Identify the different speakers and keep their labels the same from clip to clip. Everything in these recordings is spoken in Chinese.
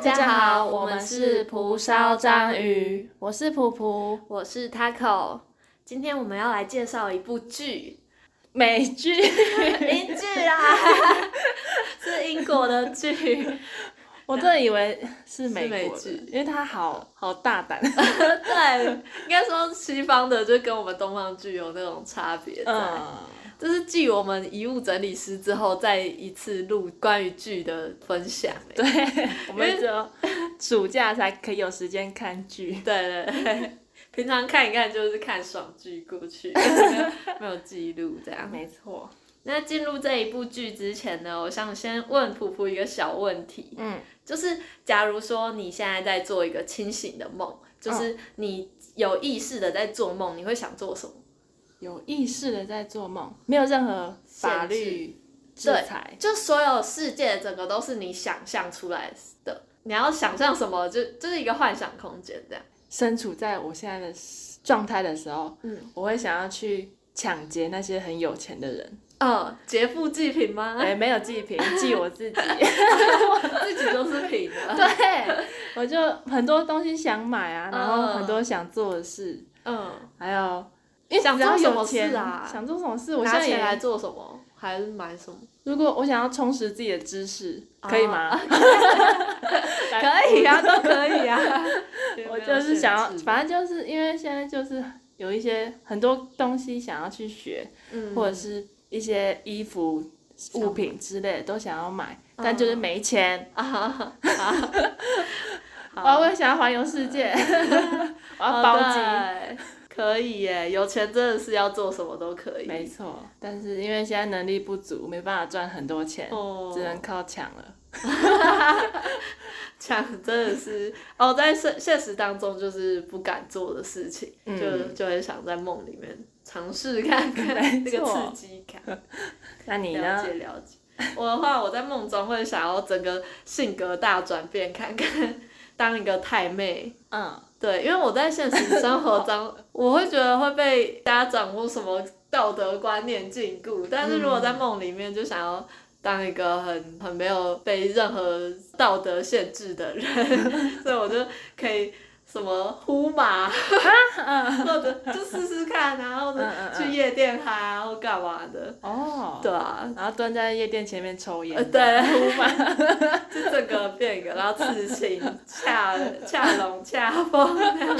Speaker 1: 家好，我们是蒲烧章鱼，
Speaker 2: 我是蒲蒲，
Speaker 1: 我是 Taco。今天我们要来介绍一部 剧，
Speaker 2: 美 剧
Speaker 1: 英剧
Speaker 2: 啊
Speaker 1: 啦， 是英国的剧。
Speaker 2: 我真的以为是美
Speaker 1: 美
Speaker 2: 国的
Speaker 1: 剧，
Speaker 2: 因为它好好 大胆。
Speaker 1: 对，应该说西方的就跟我们东方剧有那种差别在。
Speaker 2: 嗯，
Speaker 1: 这是继我们遗物整理师之后，再一次录关于剧的分享、欸。
Speaker 2: 对，我们就暑假才可以有时间看 剧。
Speaker 1: 对对对，平常看一看就是看爽剧过 去，没有记录这样。
Speaker 2: 没错，
Speaker 1: 那进入这一部剧之前呢，我想先问普普一个小问题，
Speaker 2: 嗯，
Speaker 1: 就是假如说你现在在做一个清醒的梦，就是你有意识的在做梦，你会想做什么？
Speaker 2: 有意识的在做梦，没有任何法律制裁。
Speaker 1: 就所有世界整个都是你想象出来的，你要想象什么，就就是一个幻想空间这样。
Speaker 2: 身处在我现在的状态的时候，
Speaker 1: 嗯
Speaker 2: 我会想要去抢劫那些很有钱的人。
Speaker 1: 嗯，劫富济贫吗？
Speaker 2: 哎、没有记平，记我自己。
Speaker 1: 自己就是贫的。
Speaker 2: 对，我就很多东西想买啊，然后
Speaker 1: 嗯
Speaker 2: 很多想做的事，
Speaker 1: 嗯，
Speaker 2: 还有因为
Speaker 1: 想
Speaker 2: 只要
Speaker 1: 做什么
Speaker 2: 有钱
Speaker 1: 事啊
Speaker 2: 想做什么事，我现
Speaker 1: 拿
Speaker 2: 在
Speaker 1: 钱来
Speaker 2: 也
Speaker 1: 做什么？还是买什么？
Speaker 2: 如果我想要充实自己的知识，可以
Speaker 1: 哦
Speaker 2: 吗？
Speaker 1: 可以 啊，都可以啊。
Speaker 2: 我就是想要，
Speaker 1: 正
Speaker 2: 反正就是因为现在就是有一些很多东西想要去学，
Speaker 1: 嗯
Speaker 2: 或者是一些衣服、物品之类的都想要买，但就是没钱。
Speaker 1: 嗯 啊哈哈，好
Speaker 2: 啊，我也想要环游世 界，我要包机。
Speaker 1: 机，可以耶，有钱真的是要做什么都可以。
Speaker 2: 没错，但是因为现在能力不足，没办法赚很多钱，啊
Speaker 1: 哦
Speaker 2: 只能靠抢了。
Speaker 1: 抢真的是哦，在现现实当中就是不敢做的事情，
Speaker 2: 嗯
Speaker 1: 就就会想在梦里面尝试看看
Speaker 2: 没
Speaker 1: 这个
Speaker 2: 错
Speaker 1: 刺激感。
Speaker 2: 那嗯你
Speaker 1: 了
Speaker 2: 呢？
Speaker 1: 解了解。我的话，我在梦中会想要整个性格大转变，看看当一个太妹。
Speaker 2: 嗯，
Speaker 1: 对，因为我在现实生活 中，我会觉得会被大家掌握什么道德观念禁锢，但是如果在
Speaker 2: 嗯
Speaker 1: 梦里面，就想要当一个很很没有被任何道德限制的人， 所以我就可以什么呼麻， 或者就试试看啊，或者
Speaker 2: 啊嗯嗯嗯
Speaker 1: 去夜店嗨啊，或干嘛的，
Speaker 2: 哦，
Speaker 1: 对啊，
Speaker 2: 然后蹲在夜店前面抽烟
Speaker 1: 呃，，对，呼 麻，就整个变一个，然后刺青， 恰恰龙恰风那样。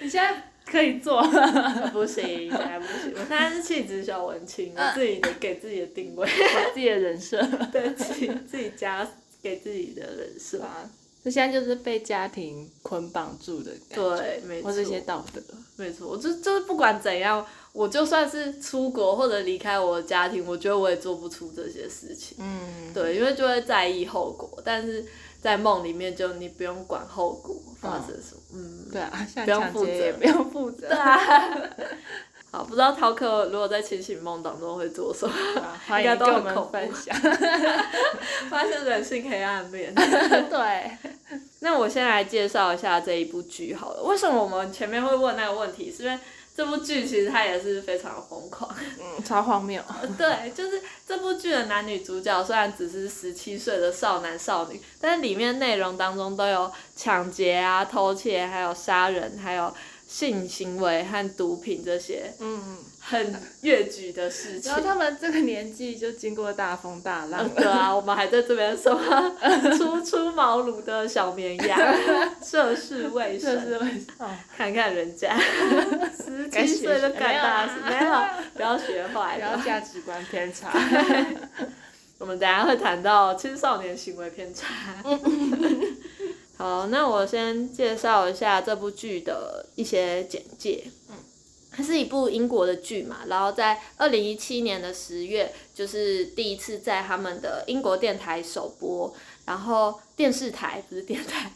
Speaker 2: 你现在可以做。
Speaker 1: 不行，现在不行，我现在是气质小文青，
Speaker 2: 嗯
Speaker 1: 我自己的给自己的定位，
Speaker 2: 我自己的人设，
Speaker 1: 对自己自己加给自己的人设
Speaker 2: 对。吧？就现在就是被家庭捆绑住的感觉，
Speaker 1: 对，没
Speaker 2: 或
Speaker 1: 错
Speaker 2: 这，些道德，
Speaker 1: 没错，我就就是不管怎样，我就算是出国或者离开我的家庭，我觉得我也做不出这些事情。
Speaker 2: 嗯，
Speaker 1: 对，因为就会在意后果，但是在梦里面就你不用管后果发生什么，嗯，
Speaker 2: 对 啊，像
Speaker 1: 不用
Speaker 2: 抢
Speaker 1: 负责
Speaker 2: 劫也不用负责，
Speaker 1: 好，不知道涛克如果在清醒梦当中会做什么，
Speaker 2: 对啊 欢
Speaker 1: 应该
Speaker 2: 迎
Speaker 1: 都
Speaker 2: 跟我
Speaker 1: 很
Speaker 2: 们
Speaker 1: 恐
Speaker 2: 分享。
Speaker 1: 发现人性黑暗面。
Speaker 2: 对，
Speaker 1: 那我先来介绍一下这一部剧好了。为什么我们前面会问那个问题？是因为这部剧其实它也是非常疯狂。
Speaker 2: 嗯， 超荒谬，
Speaker 1: 对，就是这部剧的男女主角虽然只是十七岁的少男少女，但是里面内容当中都有抢劫啊、偷窃，还有杀人，还有性行为和毒品这些
Speaker 2: 嗯，
Speaker 1: 很越矩的事情
Speaker 2: 然后。他们这个年纪就经过大风大浪
Speaker 1: 呃
Speaker 2: 了，
Speaker 1: 对啊，我们还在这边什么 初出茅庐的小绵 羊，涉世未深
Speaker 2: 这，是 为什么？
Speaker 1: 看看人家， 十
Speaker 2: 该
Speaker 1: 七
Speaker 2: 学
Speaker 1: 岁就干大事，
Speaker 2: 没
Speaker 1: 没 有，不要学坏
Speaker 2: 然
Speaker 1: 了
Speaker 2: 后。价值观偏差。
Speaker 1: 我们等一下会谈到青少年行为偏差。好，那我先介绍一下这部剧的一些简介。它是一部英国的剧嘛，然后在二零一七年的十月，就是第一次在他们的英国电台首播，然后电视台不是电台，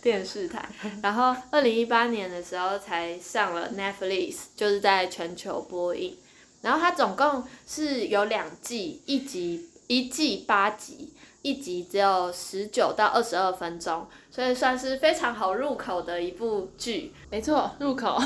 Speaker 1: 电视台，然后二零一八年的时候才上了 Netflix，就是在全球播映。然后它总共是有两季，一集一季八集，一集只有十九到二十二分钟，所以算是非常好入口的一部剧。
Speaker 2: 没错，入口。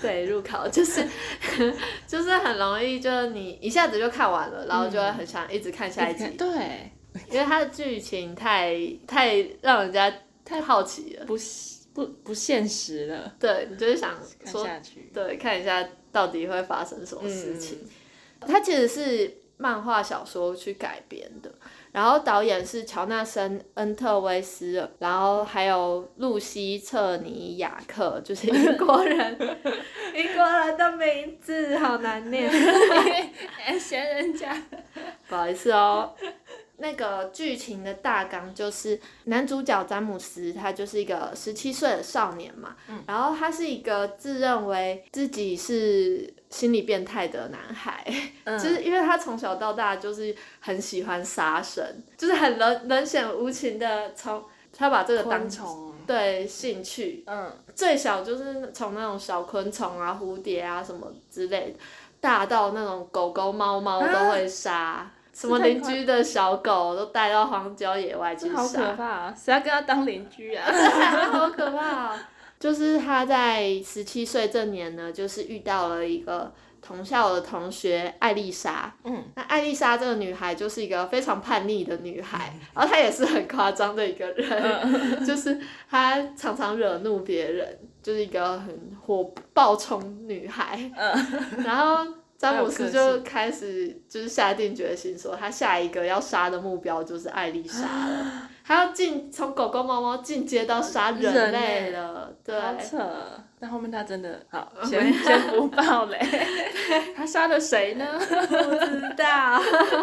Speaker 1: 对，入口就是 嗯就是很容易，就是你一下子就看完了，然后就会很想一直看下一集。
Speaker 2: 对，
Speaker 1: 因为它的剧情太太让人家太好奇了。
Speaker 2: 不不不现实了，
Speaker 1: 对，你就是想
Speaker 2: 看
Speaker 1: 说，
Speaker 2: 下 去。
Speaker 1: 对，看一下到底会发生什么事情。
Speaker 2: 嗯
Speaker 1: 它其实是漫画小说去改编的，然后导演是乔纳森·恩特威斯尔，然后还有露西·彻尼亚克，就是英国人，英国人的名字好难念。
Speaker 2: 哎，嫌人家
Speaker 1: 不好意思哦。那个剧情的大纲就是男主角詹姆斯，他就是一个十七岁的少年嘛，然后他是一个自认为自己是心理变态的男孩， 就是因为他从小到大就是很喜欢杀生，就是很冷冷血无情的从他把这个当
Speaker 2: 昆虫，
Speaker 1: 对兴趣，
Speaker 2: 哦嗯，
Speaker 1: 最小就是从那种小昆虫啊、蝴蝶啊什么之类的，大到那种狗狗、猫猫都会杀，
Speaker 2: 啊
Speaker 1: 什么邻居的小狗都带到荒郊野外去
Speaker 2: 这好可
Speaker 1: 杀，
Speaker 2: 怕啊！谁要跟他当邻居啊？
Speaker 1: 好可怕、哦！就是他在十七岁这年呢，就是遇到了一个同校的同学艾丽莎。
Speaker 2: 嗯，
Speaker 1: 那艾丽莎这个女孩就是一个非常叛逆的女孩，然后她也是很夸张的一个人，就是她常常惹怒别人，就是一个很火爆冲女孩。然后詹姆斯就开始就是下定决心说，他下一个要杀的目标就是艾丽莎了，他要进从狗狗、猫猫进阶到杀人
Speaker 2: 人
Speaker 1: 类
Speaker 2: 类
Speaker 1: 了，对。
Speaker 2: 好扯。啊但后面他真的 好，先先不爆 雷。他杀了谁呢？
Speaker 1: 知道，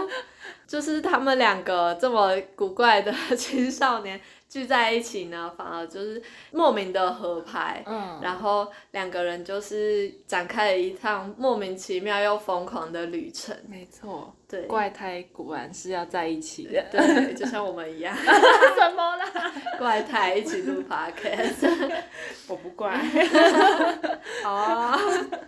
Speaker 1: 就是他们两个这么古怪的青少年聚在一起呢，反而就是莫名的合拍。
Speaker 2: 嗯，
Speaker 1: 然后两个人就是展开了一趟莫名其妙又疯狂的旅程，
Speaker 2: 没错，
Speaker 1: 对
Speaker 2: 怪胎果然是要在一起 的。
Speaker 1: 对，就像我们一 样，
Speaker 2: 怎么啦？
Speaker 1: 怪胎一起录 podcast。
Speaker 2: 我不怪。
Speaker 1: 哦，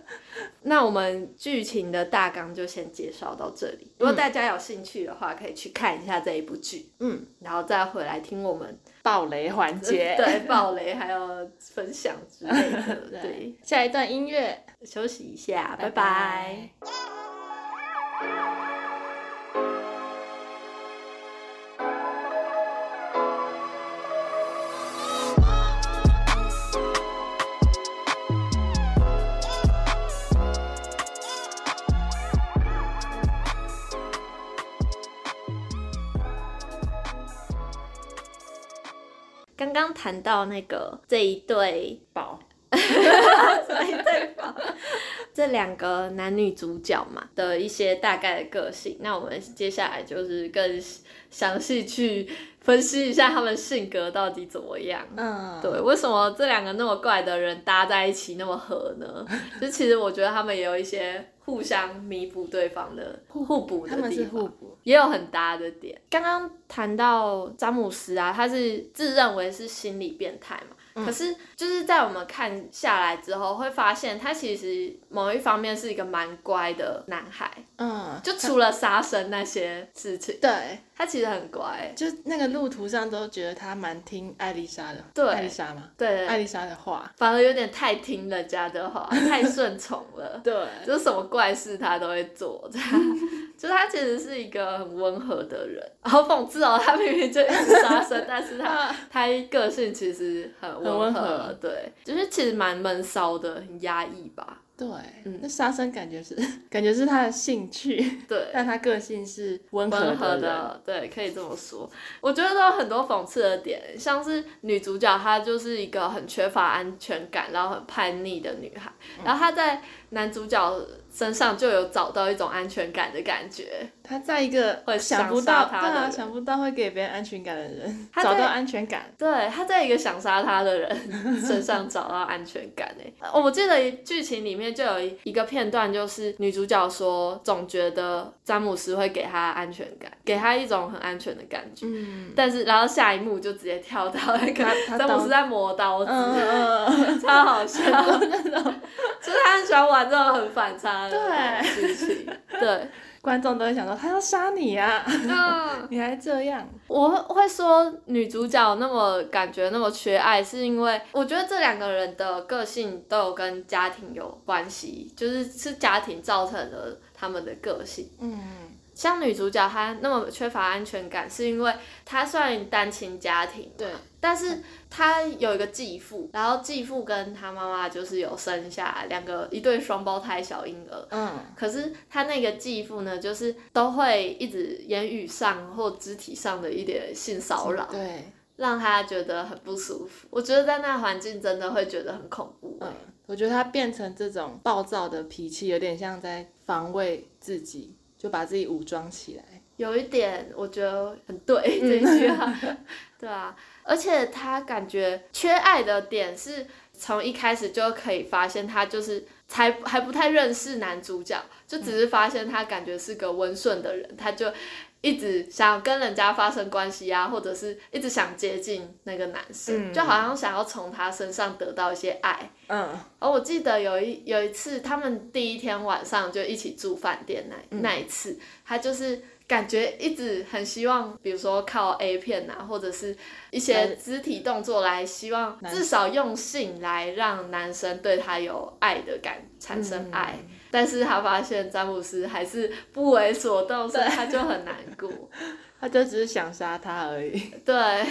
Speaker 1: 那我们剧情的大纲就先介绍到这里。如果大家有兴趣的话，可以去看一下这一部剧，
Speaker 2: 嗯，
Speaker 1: 然后再回来听我们
Speaker 2: 爆雷环 节。
Speaker 1: 对暴雷还有分享之类的， 对，
Speaker 2: 对，下一段音乐，
Speaker 1: 休息一下，拜拜。
Speaker 2: 拜拜。
Speaker 1: 刚刚谈到那个这一对，
Speaker 2: 爆。
Speaker 1: 这一对吧，这两个男女主角嘛的一些大概的个性，那我们接下来就是更详细去分析一下他们性格到底怎么样。
Speaker 2: 嗯，
Speaker 1: 对，为什么这两个那么怪的人搭在一起那么合呢？就其实我觉得他们也有一些互相弥补对方 的互补的
Speaker 2: 他们
Speaker 1: 地
Speaker 2: 是
Speaker 1: 方
Speaker 2: 互，补。
Speaker 1: 也有很搭的点。刚刚谈到詹姆斯啊，他是自认为是心理变态嘛，
Speaker 2: 嗯
Speaker 1: 可是就是在我们看下来之后，会发现他其实某一方面是一个蛮乖的男孩，
Speaker 2: 嗯，
Speaker 1: 就除了杀生那些事情，
Speaker 2: 对，
Speaker 1: 他其实很乖。
Speaker 2: 就那个路途上都觉得他蛮听艾丽莎的，
Speaker 1: 对
Speaker 2: 艾丽莎嘛，
Speaker 1: 对，
Speaker 2: 艾丽莎的话，
Speaker 1: 反而有点太听人家的话，太顺从了。
Speaker 2: 对，
Speaker 1: 就是什么怪事他都会做， 这样。就是他其实是一个很温和的人，好讽刺哦，他明明就一直杀生，但是他他个性其实很
Speaker 2: 嗯很
Speaker 1: 温
Speaker 2: 温
Speaker 1: 和，
Speaker 2: 和
Speaker 1: 对，就是其实蛮闷骚的，很压抑吧，
Speaker 2: 对，
Speaker 1: 嗯
Speaker 2: 那杀生感觉是 感觉是他的兴趣，
Speaker 1: 对。
Speaker 2: 但他个性是温和
Speaker 1: 温和
Speaker 2: 的人，
Speaker 1: 的，对，可以这么说。我觉得都有很多讽刺的点，像是女主角她就是一个很缺乏安全感，然后很叛逆的女孩，
Speaker 2: 嗯
Speaker 1: 然后她在男主角身上就有找到一种安全感的感觉，
Speaker 2: 他在一个
Speaker 1: 会
Speaker 2: 想
Speaker 1: 想
Speaker 2: 不
Speaker 1: 杀
Speaker 2: 到，对
Speaker 1: 他的
Speaker 2: 啊，
Speaker 1: 人
Speaker 2: 想不到会给别人安全感的人，
Speaker 1: 他
Speaker 2: 找
Speaker 1: 在
Speaker 2: 到安全感，
Speaker 1: 对，他在一个想杀他的 人身上找到安全感诶。呃我记得剧情里面就有一一个片段，就是女主角说，总觉得詹姆斯会给她安全感，给她一种很安全的感觉。
Speaker 2: 嗯，
Speaker 1: 但是，然后下一幕就直接跳到那个
Speaker 2: 他
Speaker 1: 詹姆斯在磨刀子，
Speaker 2: 嗯嗯嗯，
Speaker 1: 超好 笑，就是他很喜欢玩这种很反差的
Speaker 2: 对
Speaker 1: 事情。 对，
Speaker 2: 观众都会想说他要杀你啊，
Speaker 1: 嗯。
Speaker 2: 你还这样，
Speaker 1: 我会说女主角那么感觉那么缺爱，是因为我觉得这两个人的个性都有跟家庭有关系，就是是家庭造成了他们的个性。
Speaker 2: 嗯，
Speaker 1: 像女主角她那么缺乏安全感，是因为她虽然单亲家庭，
Speaker 3: 对，
Speaker 1: 但是她有一个继父，然后继父跟她妈妈就是有生下两个一对双胞胎小婴儿。
Speaker 2: 嗯，
Speaker 1: 可是她那个继父呢，就是都会一直言语上或肢体上的一点性骚扰，
Speaker 2: 嗯对，
Speaker 1: 让她觉得很不舒服。我觉得在那环境真的会觉得很恐怖、
Speaker 2: 嗯，我觉得他变成这种暴躁的脾气，有点像在防卫自己，就把自己武装起来。
Speaker 1: 有一点，我觉得很对这一句话， 对啊，而且他感觉缺爱的点是从一开始就可以发现，他就是才还不太认识男主角，就只是发现他感觉是个温顺的人，他就一直想跟人家发生关系啊，或者是一直想接近那个男生，
Speaker 2: 嗯
Speaker 1: 就好像想要从他身上得到一些爱。
Speaker 2: 嗯，
Speaker 1: 而哦我记得有一有一次，他们第一天晚上就一起住饭店那、那一次，他就是感觉一直很希望，比如说靠 A 片啊，或者是一些
Speaker 2: 来
Speaker 1: 肢体动作来，希望
Speaker 2: 男
Speaker 1: 至少用性来让男生对他有爱的感，产生爱。但是他发现詹姆斯还是不为所动，所以他就很难过。
Speaker 2: 他就只是想杀他而已。
Speaker 1: 对，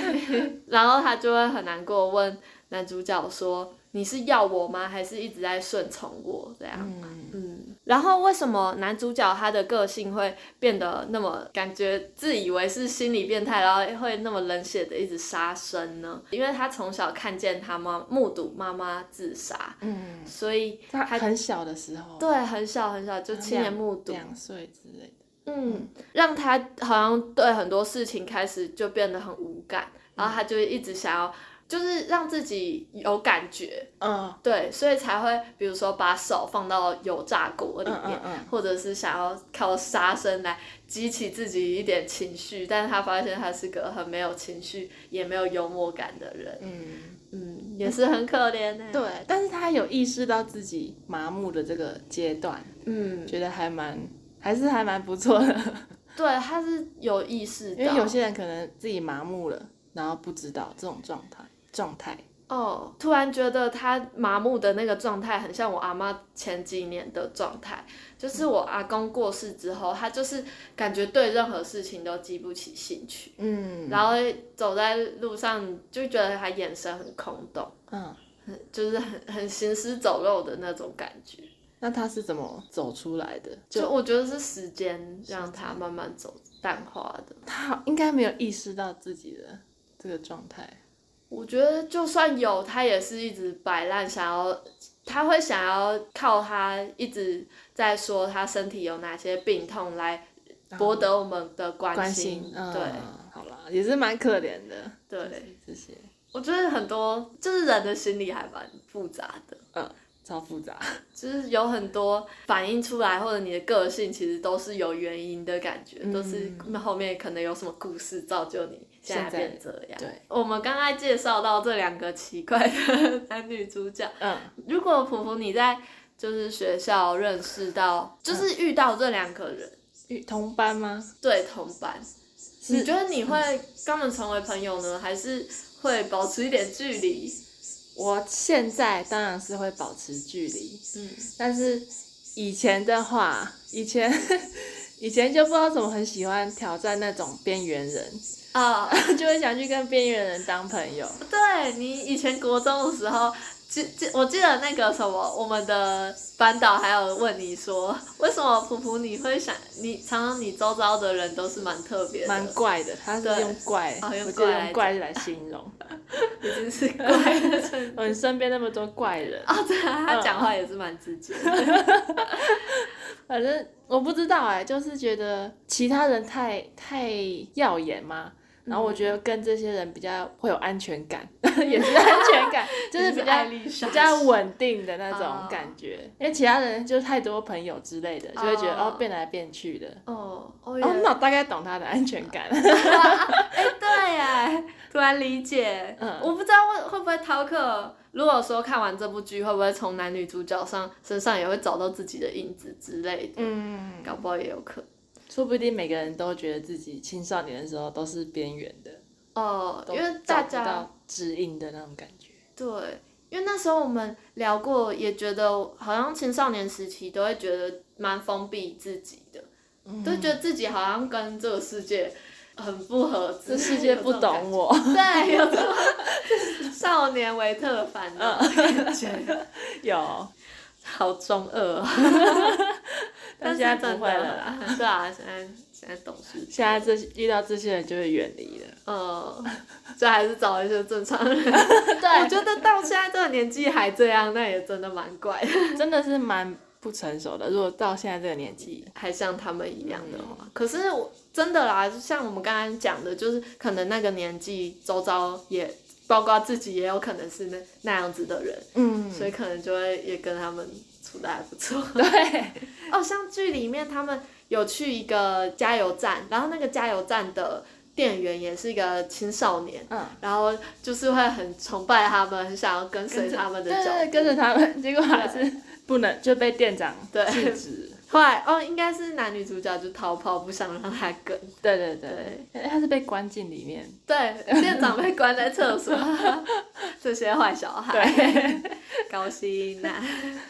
Speaker 1: 然后他就会很难过，问男主角说：“你是要我吗？还是一直在顺从我？”这样，
Speaker 2: 嗯，
Speaker 1: 嗯。然后为什么男主角他的个性会变得那么感觉自以为是心理变态，然后会那么冷血的一直杀生呢？因为他从小看见他妈目睹妈妈自杀，
Speaker 2: 嗯，
Speaker 1: 所以
Speaker 2: 他
Speaker 1: 他
Speaker 2: 很小的时候，
Speaker 1: 对很小很小就啊亲眼目睹，
Speaker 2: 两岁之类的。
Speaker 1: 嗯，让他好像对很多事情开始就变得很无感，然后他就一直想要，就是让自己有感觉，
Speaker 2: 嗯
Speaker 1: 对，所以才会比如说把手放到油炸锅里
Speaker 2: 嗯
Speaker 1: 面，
Speaker 2: 嗯嗯，
Speaker 1: 或者是想要靠杀生来激起自己一点情绪，但是他发现他是个很没有情绪也没有幽默感的人，
Speaker 2: 嗯，
Speaker 1: 嗯，也是很可怜欸呢、
Speaker 2: 对，但是他有意识到自己麻木的这个阶段，
Speaker 1: 嗯，
Speaker 2: 觉得还蛮，还是还蛮不错的。
Speaker 1: 对，他是有意识到，
Speaker 2: 因为有些人可能自己麻木了，然后不知道这种状态状态。
Speaker 1: 哦，突然觉得他麻木的那个状态很像我阿妈前几年的状态，就是我阿公过世之后，他就是感觉对任何事情都激不起兴趣，
Speaker 2: 嗯
Speaker 1: 然后走在路上就觉得他眼神很空洞，
Speaker 2: 嗯，
Speaker 1: 很就是很很行尸走肉的那种感觉。
Speaker 2: 那他是怎么走出来的？
Speaker 1: 就
Speaker 2: 就
Speaker 1: 我觉得是时间让他慢慢走淡化的。
Speaker 2: 他好应该没有意识到自己的这个状态。
Speaker 1: 我觉得就算有，他也是一直摆烂，想要他会想要靠他一直在说他身体有哪些病痛来博得我们的关
Speaker 2: 关
Speaker 1: 心。
Speaker 2: 心，嗯，好啦，也是蛮可怜的。
Speaker 1: 对
Speaker 2: 就
Speaker 1: 对，
Speaker 2: 是这些
Speaker 1: 我觉得很多就是人的心理还蛮复杂的，
Speaker 2: 超复杂。
Speaker 1: 就是有很多反映出来或者你的个性其实都是有原因的感觉，
Speaker 2: 嗯
Speaker 1: 都是后面可能有什么故事造就你现在
Speaker 2: 现在
Speaker 1: 变这样。
Speaker 2: 对，
Speaker 1: 我们刚刚介绍到这两个奇怪的 男女主角。
Speaker 2: 嗯，
Speaker 1: 如果普普你在就是学校认识到，就是
Speaker 2: 嗯
Speaker 1: 遇到这两个人，
Speaker 2: 与同班吗？
Speaker 1: 对同班，你觉得你会跟他们成为朋友呢，还是会保持一点距离？
Speaker 2: 我现在当然是会保持距离，
Speaker 1: 嗯，
Speaker 2: 但是以前的话，以前 以前就不知道怎么很喜欢挑战那种边缘人，
Speaker 1: 啊、
Speaker 2: 就会想去跟边缘人当朋友。
Speaker 1: 对你以前国中的时候。记记，我记得那个什么，我们的班导还有问你说，为什么普普你会想，你常常你周遭的人都是蛮特别的，
Speaker 2: 蛮怪的，他是
Speaker 1: 对
Speaker 2: 用怪，
Speaker 1: 哦用
Speaker 2: 我就
Speaker 1: 怪来
Speaker 2: 用怪来形容。
Speaker 1: 已经是怪的程度
Speaker 2: 我们身边那么多怪 人，
Speaker 1: 哦，对啊，他讲话也是蛮直接的。
Speaker 2: 反正我不知道哎、就是觉得其他人太太耀眼嘛。然后我觉得跟这些人比较会有安全感， 也是安全感， 就是比较
Speaker 1: 比
Speaker 2: 比较稳定的那
Speaker 1: 哦
Speaker 2: 种感觉。因为其他人就太多朋友之类的，就会觉得
Speaker 1: 哦
Speaker 2: 哦变来变去的。
Speaker 1: 哦哦，
Speaker 2: 哦，
Speaker 1: 原
Speaker 2: 那我大概懂他的安全感。
Speaker 1: 哎、对哎，突然理解。
Speaker 2: 嗯
Speaker 1: 我不知道会会不会逃课。如果说看完这部剧，会不会从男女主角上身上也会找到自己的影子之类的？
Speaker 2: 嗯，
Speaker 1: 搞不好也有可能。
Speaker 2: 说不定每个人都觉得自己青少年的时候都是边缘的。
Speaker 1: 哦、
Speaker 2: 都
Speaker 1: 因为大
Speaker 2: 找不
Speaker 1: 家
Speaker 2: 到指引的那种感 觉。
Speaker 1: 对，因为那时候我们聊过，也觉得好像青少年时期都会觉得蛮封闭自己的。
Speaker 2: 嗯
Speaker 1: 就觉得自己好像跟这个世界很不合之
Speaker 2: 这
Speaker 1: 类的
Speaker 2: 世界不
Speaker 1: 这种感
Speaker 2: 懂
Speaker 1: 觉
Speaker 2: 我，
Speaker 1: 对，有这种少年维特的烦
Speaker 2: 嗯
Speaker 1: 恼的感觉，
Speaker 2: 有，
Speaker 1: 好中 二、哦。
Speaker 2: 但
Speaker 1: 是
Speaker 2: 现在
Speaker 1: 真的
Speaker 2: 不会了啦。
Speaker 1: 啦，对啊，现在现在懂事，
Speaker 2: 现在这遇到这些人就会远离 了。
Speaker 1: 嗯，所以还是找一些正常人。我觉得到现在这个年纪还这样，那也真的蛮怪的，
Speaker 2: 真的是蛮不成熟的。如果到现在这个年纪，
Speaker 1: 还像他们一样的
Speaker 2: 嗯
Speaker 1: 话。可是我真的啦，就像我们刚刚讲的，就是可能那个年纪，周遭也包括自己，也有可能是那那样子的人，
Speaker 2: 嗯
Speaker 1: 所以可能就会也跟他们处的还不错。
Speaker 2: 对，
Speaker 1: 哦，像剧里面他们有去一个加油站，然后那个加油站的店员也是一个青少年，
Speaker 2: 嗯，
Speaker 1: 然后就是会很崇拜他们，很想要跟随他们的
Speaker 2: 对
Speaker 1: 脚
Speaker 2: 对，
Speaker 1: 步。
Speaker 2: 跟着他们，结果还是不能就被店长
Speaker 1: 对
Speaker 2: 制止。
Speaker 1: 后来哦，应该是男女主角就逃跑，不想让他跟。
Speaker 2: 对对
Speaker 1: 对
Speaker 2: 对，他是被关进里面。
Speaker 1: 对，店长被关在厕所， 这些坏小孩，
Speaker 2: 对，
Speaker 1: 高啊兴呐、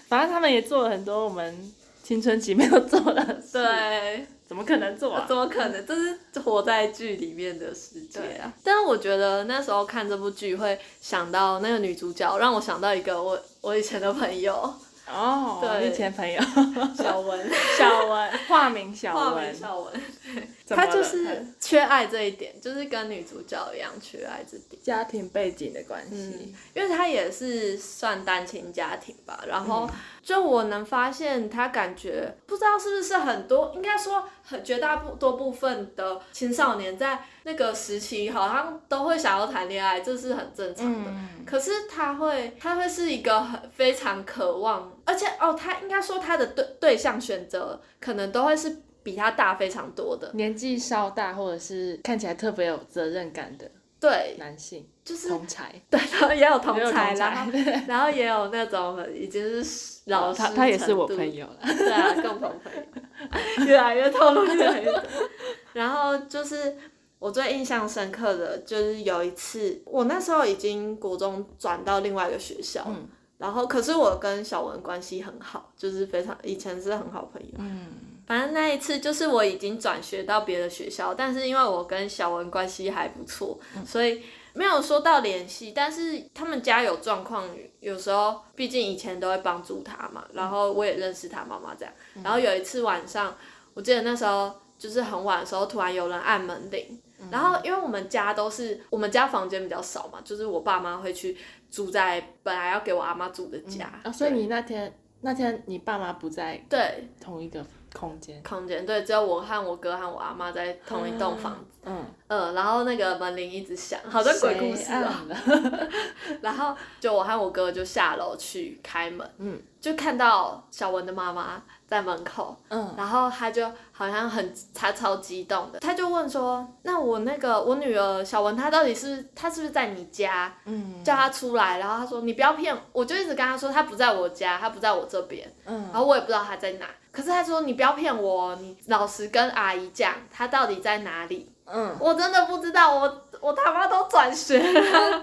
Speaker 2: 反正他们也做了很多我们青春期没有做的事，
Speaker 1: 对。
Speaker 2: 怎么可能做啊？
Speaker 1: 怎么可能？这是活在剧里面的世界
Speaker 2: 对
Speaker 1: 啊！但是我觉得那时候看这部剧会想到那个女主角，让我想到一个我我以前的朋友
Speaker 2: 哦，
Speaker 1: 对
Speaker 2: 以前朋友
Speaker 1: 小文，
Speaker 2: 小文，化名小
Speaker 1: 化
Speaker 2: 文
Speaker 1: 名，小文，
Speaker 2: 怎么
Speaker 1: 她
Speaker 2: 了
Speaker 1: 就是缺爱这一点，就是跟女主角一样缺爱这点。
Speaker 2: 家庭背景的关
Speaker 1: 嗯
Speaker 2: 系。，
Speaker 1: 因为她也是算单亲家庭吧，然后就我能发现，她感觉不知道是不是很多，应该说很绝大部多部分的青少年在那个时期好像都会想要谈恋爱，这是很正常的。
Speaker 2: 嗯，
Speaker 1: 可是他会，他会是一个很非常渴望，而且哦，他应该说他的对对象选择可能都会是比他大非常多的，
Speaker 2: 年纪稍大或者是看起来特别有责任感的
Speaker 1: 对，
Speaker 2: 男性
Speaker 1: 就是
Speaker 2: 同才，
Speaker 1: 对，然后也有同
Speaker 2: 也有
Speaker 1: 才，
Speaker 2: 同
Speaker 1: 然后
Speaker 2: 才对哦
Speaker 1: 然后也有那种已经是老师
Speaker 2: 他他也是我
Speaker 1: 程度
Speaker 2: 朋，友了。
Speaker 1: 对啊，共同朋友，越来越透露越来越多。然后就是我最印象深刻的就是有一次，我那时候已经国中转到另外一个学校，
Speaker 2: 嗯
Speaker 1: 然后可是我跟小文关系很好，就是非常以前是很好朋友。
Speaker 2: 嗯，
Speaker 1: 反正那一次就是我已经转学到别的学校，但是因为我跟小文关系还不错，所
Speaker 2: 嗯
Speaker 1: 以没有说到联系。但是他们家有状况，有时候毕竟以前都会帮助他嘛，然后我也认识他妈妈这样。
Speaker 2: 嗯
Speaker 1: 然后有一次晚上，我记得那时候就是很晚的时候，突然有人按门铃。
Speaker 2: 嗯
Speaker 1: 然后，因为我们家都是我们家房间比较少嘛，就是我爸妈会去住在本来要给我阿妈住的家，
Speaker 2: 啊，所以你那天那天你爸妈不在
Speaker 1: 对
Speaker 2: 同一个空间，
Speaker 1: 空间，对，只有我和我哥和我阿妈在同一栋房子。
Speaker 2: 嗯，
Speaker 1: 嗯，然后那个门铃一直响，好像鬼故事
Speaker 2: 谁嗯
Speaker 1: 哦。
Speaker 2: 按了，
Speaker 1: 然后就我和我哥就下楼去开门，
Speaker 2: 嗯
Speaker 1: 就看到小文的妈妈在门口，
Speaker 2: 嗯，
Speaker 1: 然后他就好像很他超激动的，他就问说：“那我那个我女儿小文，她到底是不是她是不是在你家？”
Speaker 2: 嗯
Speaker 1: 叫她出来，然后她说：“你不要骗我。”我就一直跟她说：“她不在我家，她不在我这边。”然
Speaker 2: 嗯，
Speaker 1: 后我也不知道他在哪。可是他说你不要骗我，你老实跟阿姨讲，他到底在哪里？
Speaker 2: 嗯，
Speaker 1: 我真的不知道，我我他妈都转学 了。啊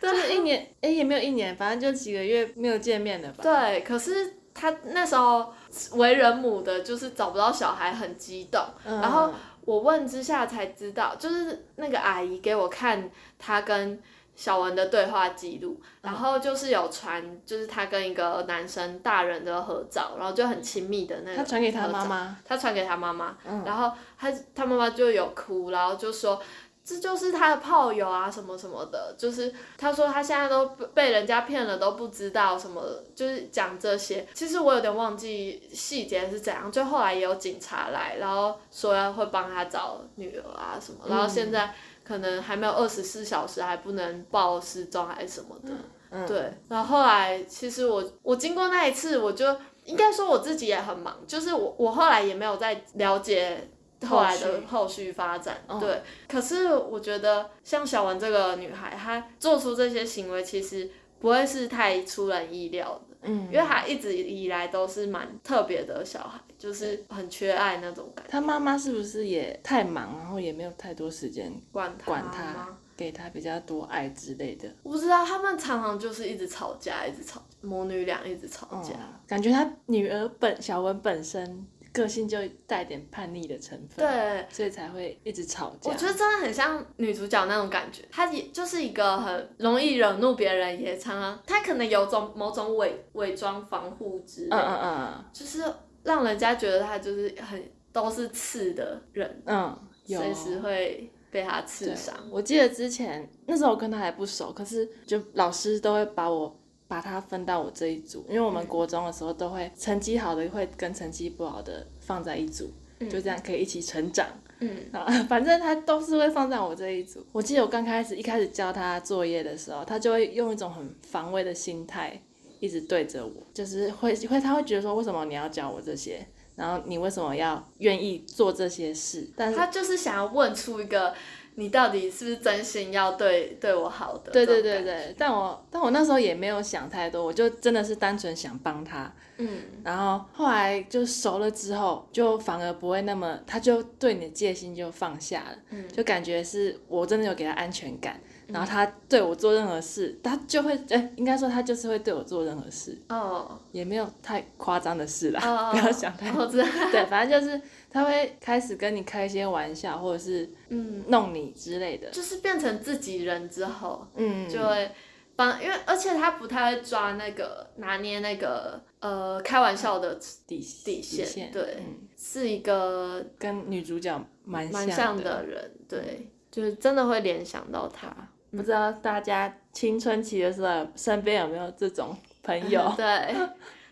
Speaker 2: 就是一年，哎，也没有一年，反正就几个月没有见面了吧？
Speaker 1: 对，可是他那时候为人母的，就是找不到小孩，很激动。
Speaker 2: 嗯，
Speaker 1: 然后我问之下才知道，就是那个阿姨给我看她跟小文的对话记录，
Speaker 2: 嗯
Speaker 1: 然后就是有传，就是她跟一个男生大人的合照，然后就很亲密的那个。
Speaker 2: 他传给他妈妈，
Speaker 1: 他传给他妈妈，
Speaker 2: 嗯
Speaker 1: 然后他他妈妈就有哭，然后就说这就是他的炮友啊什么什么的，就是他说他现在都被被人家骗了都不知道什么，就是讲这些。其实我有点忘记细节是怎样，就后来也有警察来，然后说要会帮他找女儿啊什么，然后现在可能还没有二十四小时，还不能报失踪还是什么的。
Speaker 2: 嗯，
Speaker 1: 对，然后后来其实我我经过那一次，我就应该说我自己也很忙，就是我我后来也没有再了解后来
Speaker 2: 后
Speaker 1: 的
Speaker 2: 续
Speaker 1: 后续发展。
Speaker 2: 嗯
Speaker 1: 对，可是我觉得像小文这个女孩，她做出这些行为其实不会是太出人意料的，
Speaker 2: 嗯
Speaker 1: 因，为她一直以来都是蛮特别的小孩，就是很缺爱那种感觉。
Speaker 2: 他妈妈是不是也太忙，然后也没有太多时间
Speaker 1: 管他
Speaker 2: 管
Speaker 1: 吗
Speaker 2: 他，给他比较多爱之类的？
Speaker 1: 我不知道，他们常常就是一直吵哦架，一直吵，母女俩一直吵架。
Speaker 2: 嗯感觉他女儿本小文本身个性就带点叛逆的成分，
Speaker 1: 对，
Speaker 2: 所以才会一直吵架
Speaker 1: 我。觉得真的很像女主角那种感觉，她也就是一个很容易惹怒别人，也常常她可能有种某种伪伪装防护之类
Speaker 2: 嗯
Speaker 1: 的，
Speaker 2: 嗯嗯
Speaker 1: 就是让人家觉得她就是很都是刺的人，
Speaker 2: 嗯嗯，有。
Speaker 1: 随时会被她刺
Speaker 2: 对
Speaker 1: 伤。
Speaker 2: 我记得之前那时候我跟他还不熟，可是就老师都会把我把他分到我这一组，因为我
Speaker 1: 嗯
Speaker 2: 们国中的时候都会成绩好的会跟成绩不好的放在一组，
Speaker 1: 嗯
Speaker 2: 就这样可以一起成长。
Speaker 1: 嗯，
Speaker 2: 啊，反正他都是会放在我这一组。我记得我刚开始一开始教他作业的时候，他就会用一种很防卫的心态，一直对着我，就是会会他会觉得说，为什么你要教我这些？然后你为什么要愿意做这些事？但是
Speaker 1: 她就是想要问出一个你到底是不是真心要对对我好的。
Speaker 2: 对
Speaker 1: 这
Speaker 2: 对
Speaker 1: 种
Speaker 2: 对
Speaker 1: 感觉，
Speaker 2: 对，但我但我那时候也没有想太多，我就真的是单纯想帮他。
Speaker 1: 嗯，
Speaker 2: 然后后来就熟了之后，就反而不会那么，他就对你的戒心就放下了，
Speaker 1: 嗯
Speaker 2: 就感觉是我真的有给他安全感。然后他对我做任何事，他就会，哎，应该说他就是会对我做任何事，
Speaker 1: 哦，
Speaker 2: 也没有太夸张的事啦，
Speaker 1: 哦
Speaker 2: 不要想太多。
Speaker 1: 我知道，
Speaker 2: 对，反正就是他会开始跟你开一些玩笑，或者是
Speaker 1: 嗯，
Speaker 2: 弄你之类的。
Speaker 1: 就是变成自己人之后，
Speaker 2: 嗯，
Speaker 1: 就会帮，因为而且他不太会抓那个拿捏那个呃开玩笑的，
Speaker 2: 底
Speaker 1: 底线
Speaker 2: 线
Speaker 1: 对
Speaker 2: 嗯
Speaker 1: 是一个
Speaker 2: 跟女主角蛮
Speaker 1: 蛮
Speaker 2: 像
Speaker 1: 像的人，对，就是真的会联想到他。
Speaker 2: 不知道大家青春期的时候身边有没有这种 朋友？
Speaker 1: 对，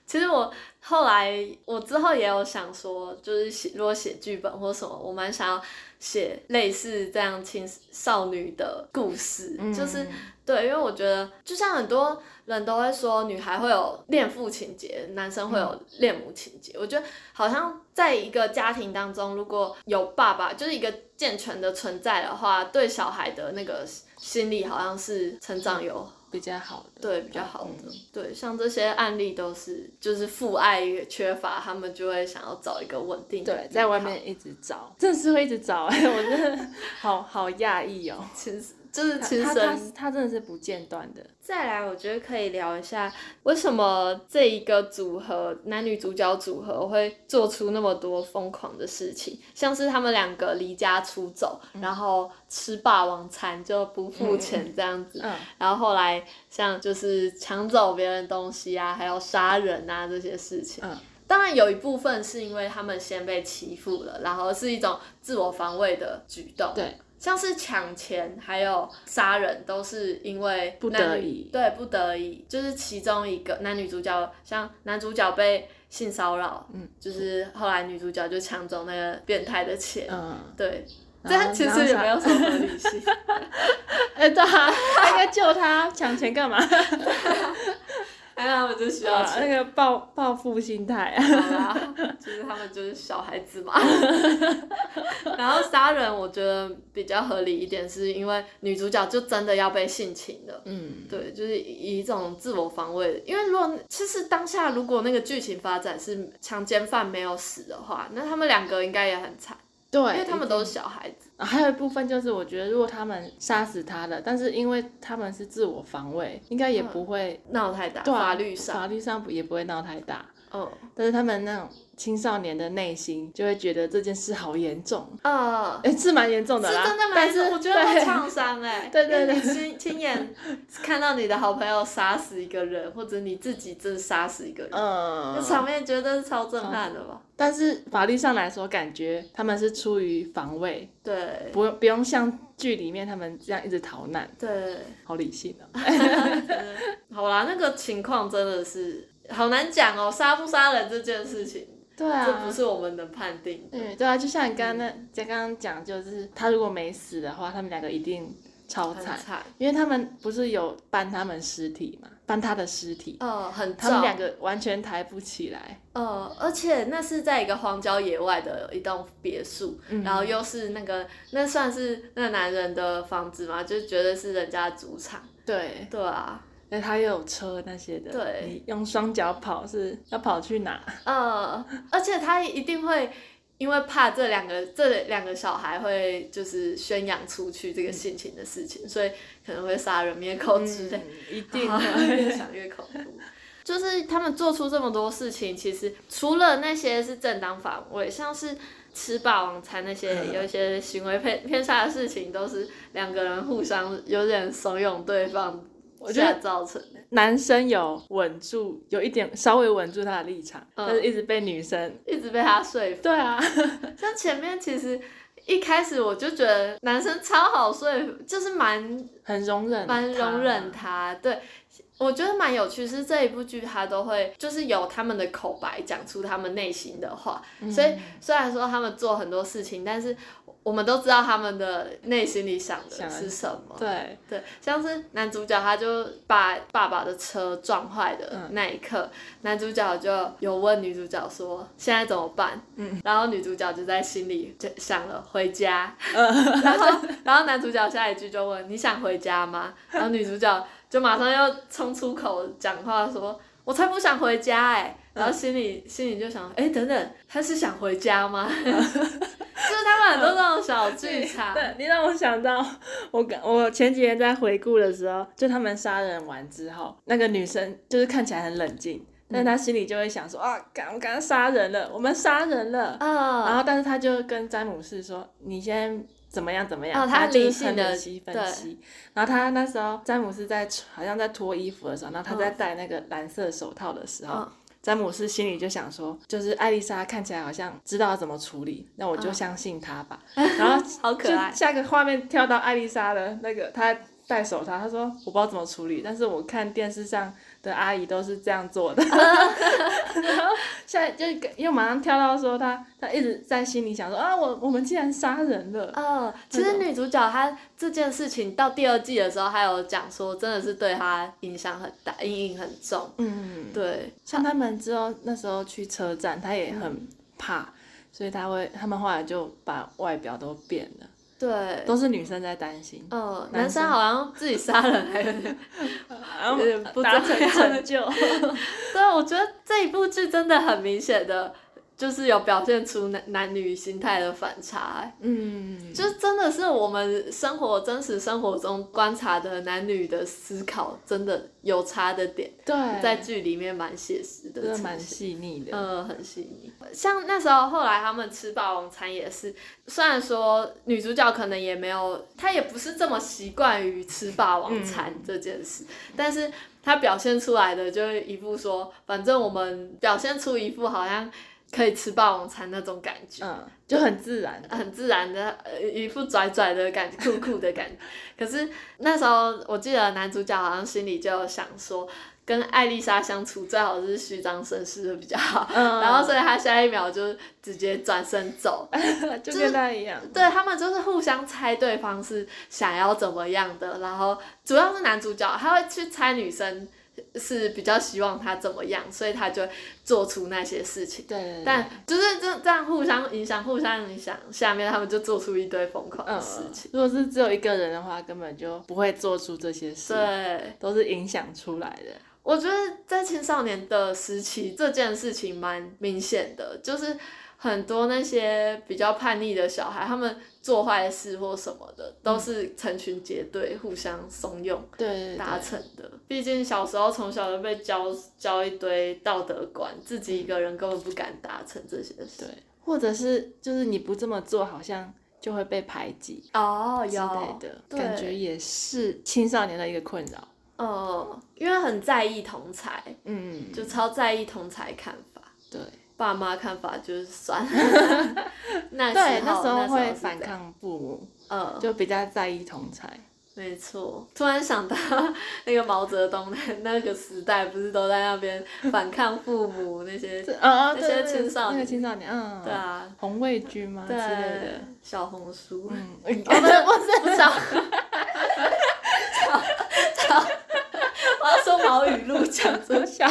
Speaker 1: 其实我后来我之后也有想说，就是写如果写剧本或什么，我蛮想要写类似这样青少女的故事，就是对，因为我觉得就像很多人都会说，女孩会有恋父情节，男生会有恋母情节。我觉得好像在一个家庭当中，如果有爸爸就是一个健全的存在的话，对小孩的那个心理好像是成长有
Speaker 2: 比较好的，
Speaker 1: 对比较好的
Speaker 2: 嗯。
Speaker 1: 对，像这些案例都是就是父爱缺乏，他们就会想要找一个稳定的
Speaker 2: 对，
Speaker 1: 依
Speaker 2: 在外
Speaker 1: 靠
Speaker 2: 面一直找，真的是会一直 找，哎，我真的好好讶异哦。
Speaker 1: 亲 就是
Speaker 2: 他
Speaker 1: 亲
Speaker 2: 他
Speaker 1: 生
Speaker 2: 他他真的是不间断的，
Speaker 1: 再来，我觉得可以聊一下为什么这一个组合男女主角组合会做出那么多疯狂的事情，像是他们两个离家出走，
Speaker 2: 嗯
Speaker 1: 然后吃霸王餐就不付钱这样子，
Speaker 2: 嗯，
Speaker 1: 然后后来像就是抢走别人东西啊，还有杀人啊这些事情。
Speaker 2: 嗯
Speaker 1: 当然有一部分是因为他们先被欺负了，然后是一种自我防卫的举动。
Speaker 2: 对，
Speaker 1: 像是抢钱还有杀人，都是因为
Speaker 2: 不
Speaker 1: 男女
Speaker 2: 得已
Speaker 1: 对，不得已，就是其中一个男女主角，像男主角被性骚扰，
Speaker 2: 嗯，
Speaker 1: 就是后来女主角就抢走那个变态的钱，
Speaker 2: 嗯，
Speaker 1: 对，这
Speaker 2: 然后
Speaker 1: 样其
Speaker 2: 然后
Speaker 1: 实也
Speaker 2: 啥
Speaker 1: 没有什么合理 性。
Speaker 2: 哎，对啊， 他应该救他，抢钱 干嘛？
Speaker 1: 哎，他们就需要
Speaker 2: 那
Speaker 1: 钱，
Speaker 2: 个报报复心态啊，
Speaker 1: 好啦，就是他们就是小孩子嘛。 然后杀人，我觉得比较合理一点，是因为女主角就真的要被性侵了。
Speaker 2: 嗯，
Speaker 1: 对，就是以一种自我防卫，因为如果其实当下如果那个剧情发展是强奸犯没有死的话，那他们两个应该也很惨，
Speaker 2: 对，
Speaker 1: 因为他们都是小孩子。
Speaker 2: 还有一部分就是，我觉得如果他们杀死他了，但是因为他们是自我防卫，应该也不会、
Speaker 1: 闹太大，
Speaker 2: 对啊
Speaker 1: 法律上，
Speaker 2: 法律上也不会闹太大。
Speaker 1: 嗯
Speaker 2: 但是他们那种青少年的内心就会觉得这件事好严重，
Speaker 1: 呃，
Speaker 2: 哎、是蛮严重的
Speaker 1: 是
Speaker 2: 啦。
Speaker 1: 真的蛮
Speaker 2: 但是
Speaker 1: 我觉得会
Speaker 2: 对
Speaker 1: 创伤哎，
Speaker 2: 对对
Speaker 1: 因为
Speaker 2: 对
Speaker 1: 你亲亲眼看到你的好朋友杀死一个人，或者你自己真杀死一个人，那
Speaker 2: 嗯，
Speaker 1: 场面绝对是超震撼的吧？
Speaker 2: 但是法律上来说，感觉他们是出于防卫，
Speaker 1: 对
Speaker 2: 不用不用像剧里面他们这样一直逃难，
Speaker 1: 对。
Speaker 2: 好理性啊。
Speaker 1: 好啦，那个情况真的是好难讲哦，杀不杀人这件事情，
Speaker 2: 对啊
Speaker 1: 这不是我们能判定的。
Speaker 2: 对对啊，就像你刚刚那，在刚刚讲，就是他如果没死的话，他们两个一定超
Speaker 1: 很
Speaker 2: 惨，
Speaker 1: 惨，
Speaker 2: 因为他们不是有搬他们尸体嘛，搬他的尸体，
Speaker 1: 呃，很
Speaker 2: 他们
Speaker 1: 重，
Speaker 2: 两个完全抬不起来。
Speaker 1: 呃，而且那是在一个荒郊野外的一栋别墅，然后又是那个那算是那男人的房子嘛，就觉得是人家的主场，
Speaker 2: 对，
Speaker 1: 对啊，
Speaker 2: 那他又有车那些的，
Speaker 1: 对
Speaker 2: 你用双脚跑是要跑去哪？
Speaker 1: 呃，而且他一定会。因为怕这两个这两个小孩会就是宣扬出去这个性情嗯
Speaker 2: 嗯
Speaker 1: 的事情，所以可能会杀人灭口之类的
Speaker 2: 一定
Speaker 1: 好
Speaker 2: 的。
Speaker 1: 越想越恐怖。就是他们做出这么多事情，其实除了那些是正当防卫，像是吃霸王餐那
Speaker 2: 嗯
Speaker 1: 些，有一些行为偏偏差的事情，都是两个人互相有点怂恿对方
Speaker 2: 我觉
Speaker 1: 下
Speaker 2: 得
Speaker 1: 造成的，
Speaker 2: 男生有稳住，有一点稍微稳住他的立场，
Speaker 1: 嗯
Speaker 2: 但是一直被女生。
Speaker 1: 一直被他说服。
Speaker 2: 对啊，
Speaker 1: 像前面其实一开始我就觉得男生超好说服，就是蛮
Speaker 2: 很容忍，
Speaker 1: 蛮容忍。他，对。我觉得蛮有趣，是这一部剧他都会就是由他们的口白讲出他们内心的话，所
Speaker 2: 嗯
Speaker 1: 以虽然说他们做很多事情，但是我们都知道他们的内心里想的
Speaker 2: 想的
Speaker 1: 是什么。
Speaker 2: 对，
Speaker 1: 对，像是男主角他就把爸爸的车撞坏的那一刻，男主角就有问女主角说现在怎么办？嗯，然后女主角就在心里就想了回家， 然后然后男主角下一句就问你想回家吗？然后女主角就马上又冲出口讲话说，我才不想回家哎、然后心里心里就想，哎、等等，他是想回家吗？就是他们很多那种小剧场，
Speaker 2: 对你让我想到，我刚我前几天在回顾的时候，就他们杀人完之后，那个女生就是看起来很冷静，但是她心里就会想说啊，刚我刚刚杀人了，我们杀人了。
Speaker 1: 嗯，
Speaker 2: 然后，但是她就跟詹姆斯说，你先怎么样怎么样。
Speaker 1: 哦她
Speaker 2: 她就是
Speaker 1: 理性
Speaker 2: 很
Speaker 1: 地
Speaker 2: 理性分析。然后她那时候詹姆斯在好像在脱衣服的时候，然后她在戴那个蓝色手套的时候。
Speaker 1: 嗯
Speaker 2: 詹姆斯心里就想说，就是艾丽莎看起来好像知道怎么处理，那我就
Speaker 1: 嗯
Speaker 2: 相信她 吧。然后
Speaker 1: 好可爱
Speaker 2: 就。下个画面跳到艾丽莎的那个，她戴手套，她说我不知道怎么处理，但是我看电视上的阿姨都是这样做的。然后现在就又马上跳到说她，她一直在心里想说啊，我我们竟然杀人了。
Speaker 1: 哦，其实女主角她这件事情到第二季的时候，还有讲说，真的是对她影响很大，阴影很重。
Speaker 2: 嗯，
Speaker 1: 对，
Speaker 2: 像他们之后那时候去车站，她也很怕，所以她会，他们后来就把外表都变了，
Speaker 1: 对，
Speaker 2: 都是女生在担心，
Speaker 1: 嗯，
Speaker 2: 男
Speaker 1: 男生
Speaker 2: 生
Speaker 1: 好像自己杀人还有点，
Speaker 2: 然后
Speaker 1: 有点不
Speaker 2: 达
Speaker 1: 怎么
Speaker 2: 成
Speaker 1: 样
Speaker 2: 成就。
Speaker 1: 对，我觉得这一部剧真的很明显的，就是有表现出男男女心态的反差、欸
Speaker 2: 嗯，
Speaker 1: 就真的是我们生活真实生活中观察的男女的思考，真的有差的点，
Speaker 2: 对，
Speaker 1: 在剧里面蛮写实的
Speaker 2: 真
Speaker 1: 呈
Speaker 2: 的
Speaker 1: 现，
Speaker 2: 蛮细腻的。
Speaker 1: 呃，很细腻。像那时候后来他们吃霸王餐也是，虽然说女主角可能也没有，她也不是这么习惯于吃霸王餐这件事，但是她表现出来的就是一副说，反正我们表现出一副好像可以吃霸王餐那种感觉。
Speaker 2: 嗯，就很自 然。
Speaker 1: 很自然的，呃一副拽拽的感觉，酷酷的感觉。可是那时候，我记得男主角好像心里就有想说，跟艾丽莎相处最好是虚张声势的比较好。
Speaker 2: 嗯
Speaker 1: 然后所以他下一秒就直接转身走。
Speaker 2: 就跟他一样，
Speaker 1: 对他们就是互相猜对方是想要怎么样的，然后主要是男主角他会去猜女生是比较希望他怎么样，所以他就做出那些事情。
Speaker 2: 对对对
Speaker 1: 但就是这这样互相影响，互相影响，下面他们就做出一堆疯狂的
Speaker 2: 嗯
Speaker 1: 事情。，
Speaker 2: 如果是只有一个人的话，根本就不会做出这些事，
Speaker 1: 对，
Speaker 2: 都是影响出来的。
Speaker 1: 我觉得在青少年的时期，这件事情蛮明显的，就是很多那些比较叛逆的小孩，他们做坏事或什么的，都是成群结队互相怂恿
Speaker 2: 对对对
Speaker 1: 达成的。毕竟小时候从小就被教教一堆道德观，自己一个人根本不敢达成这些事。
Speaker 2: 对，或者是就是你不这么做，好像就会被排挤
Speaker 1: 哦，
Speaker 2: 之类
Speaker 1: 有，
Speaker 2: 的，
Speaker 1: 对
Speaker 2: 感觉也是青少年的一个困扰。
Speaker 1: 嗯，因为很在意同才，
Speaker 2: 嗯，
Speaker 1: 就超在意同才看法。
Speaker 2: 对
Speaker 1: 爸妈看法就是算 了，那时
Speaker 2: 对，
Speaker 1: 候
Speaker 2: 那时候会
Speaker 1: 是
Speaker 2: 反
Speaker 1: 这样
Speaker 2: 抗父母，
Speaker 1: 呃，
Speaker 2: 就比较在意同才。
Speaker 1: 没错。突然想到那个毛泽东的那个时代，不是都在那边反抗父母那 些？
Speaker 2: 这啊啊，
Speaker 1: 那
Speaker 2: 对
Speaker 1: 些
Speaker 2: 对
Speaker 1: 青少
Speaker 2: 那个
Speaker 1: 年
Speaker 2: 青少年，嗯，
Speaker 1: 对，啊，
Speaker 2: 红卫军吗之
Speaker 1: 对啊
Speaker 2: 类的。，
Speaker 1: 小红书，
Speaker 2: 嗯，不是
Speaker 1: 哦，不是 不是 小，小小， 我要说毛语录讲出
Speaker 2: 我想，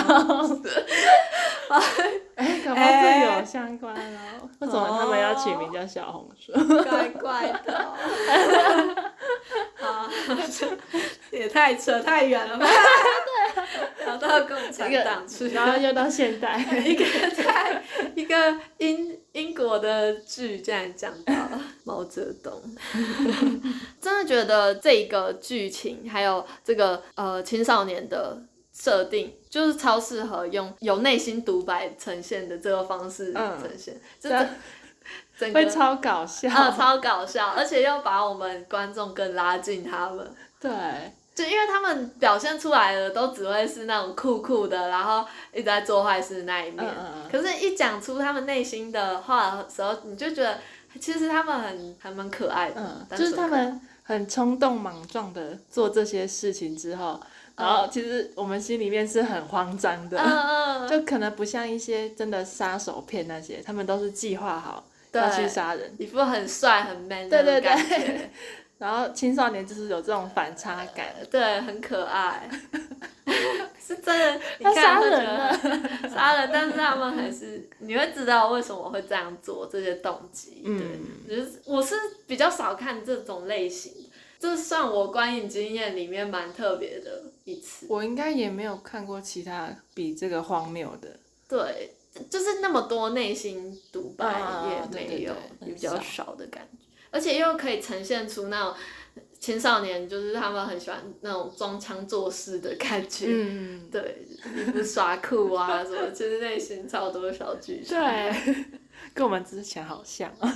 Speaker 2: 哎，搞不好这有相关哦。为什么他们要取名叫小红书？
Speaker 1: 怪怪的、哦。 好，这也太扯太远了吧？对，聊到共产党去，
Speaker 2: 然后又到 现代，
Speaker 1: 一个在一个英英国的剧竟然讲到了毛泽东， 真的觉得这个剧情还有这个呃青少年的设定，就是超适合用有内心独白呈现的这个方式呈现，这
Speaker 2: 对啊
Speaker 1: 整整
Speaker 2: 会
Speaker 1: 个
Speaker 2: 超搞笑。
Speaker 1: 啊、超搞笑，而且要把我们观众更拉近他们。
Speaker 2: 对，
Speaker 1: 就因为他们表现出来的都只会是那种酷酷的，然后一直在做坏事的那一面。
Speaker 2: 嗯嗯嗯
Speaker 1: 可是，一讲出他们内心的话的时候，你就觉得其实他们很还蛮可爱的，
Speaker 2: 嗯，
Speaker 1: 单
Speaker 2: 就是
Speaker 1: 纯
Speaker 2: 他
Speaker 1: 可爱
Speaker 2: 们很冲动莽撞的做这些事情之后，然后其实我们心里面是很慌张的，
Speaker 1: 嗯嗯嗯嗯，
Speaker 2: 就可能不像一些真的杀手片那些，他们都是计划好
Speaker 1: 对
Speaker 2: 要去杀人，
Speaker 1: 一副很帅很 man
Speaker 2: 对
Speaker 1: 的
Speaker 2: 对
Speaker 1: 感觉，
Speaker 2: 对，然后青少年就是有这种反差感，
Speaker 1: 对很可 爱。是真的，你
Speaker 2: 他
Speaker 1: 看
Speaker 2: 杀
Speaker 1: 会觉
Speaker 2: 人
Speaker 1: 得杀人，但是他们还是你会知道为什么会这样做这些动机，对。
Speaker 2: 嗯，
Speaker 1: 就是我是比较少看这种类型，这算我观影经验里面蛮特别的一次。
Speaker 2: 我应该也没有看过其他比这个荒谬的，
Speaker 1: 对，就是那么多内心独白
Speaker 2: 啊
Speaker 1: 也
Speaker 2: 对
Speaker 1: 没有，
Speaker 2: 对对
Speaker 1: 也比较
Speaker 2: 很
Speaker 1: 少的感觉，而且又可以呈现出那种青少年就是他们很喜欢那种装腔作势的感觉。
Speaker 2: 嗯，
Speaker 1: 对，一副耍酷啊什么，其实内心超多小剧场。
Speaker 2: 对， 跟我们之前好像，
Speaker 1: 啊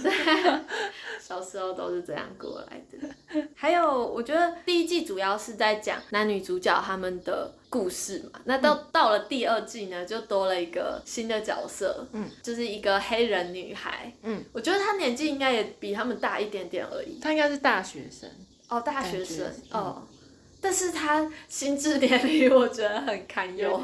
Speaker 1: 小时候都是这样过来的。还有，我觉得第一季主要是在讲男女主角他们的故事嘛。那到、
Speaker 2: 嗯
Speaker 1: 到了第二季呢，就多了一个新的角色，
Speaker 2: 嗯，
Speaker 1: 就是一个黑人女孩，
Speaker 2: 嗯，
Speaker 1: 我觉得她年纪应该也比他们大一点点而已。
Speaker 2: 他应该是大学生，
Speaker 1: 哦，大学生
Speaker 2: 感觉嗯
Speaker 1: 哦。但是她心智年龄， 我觉得很堪忧。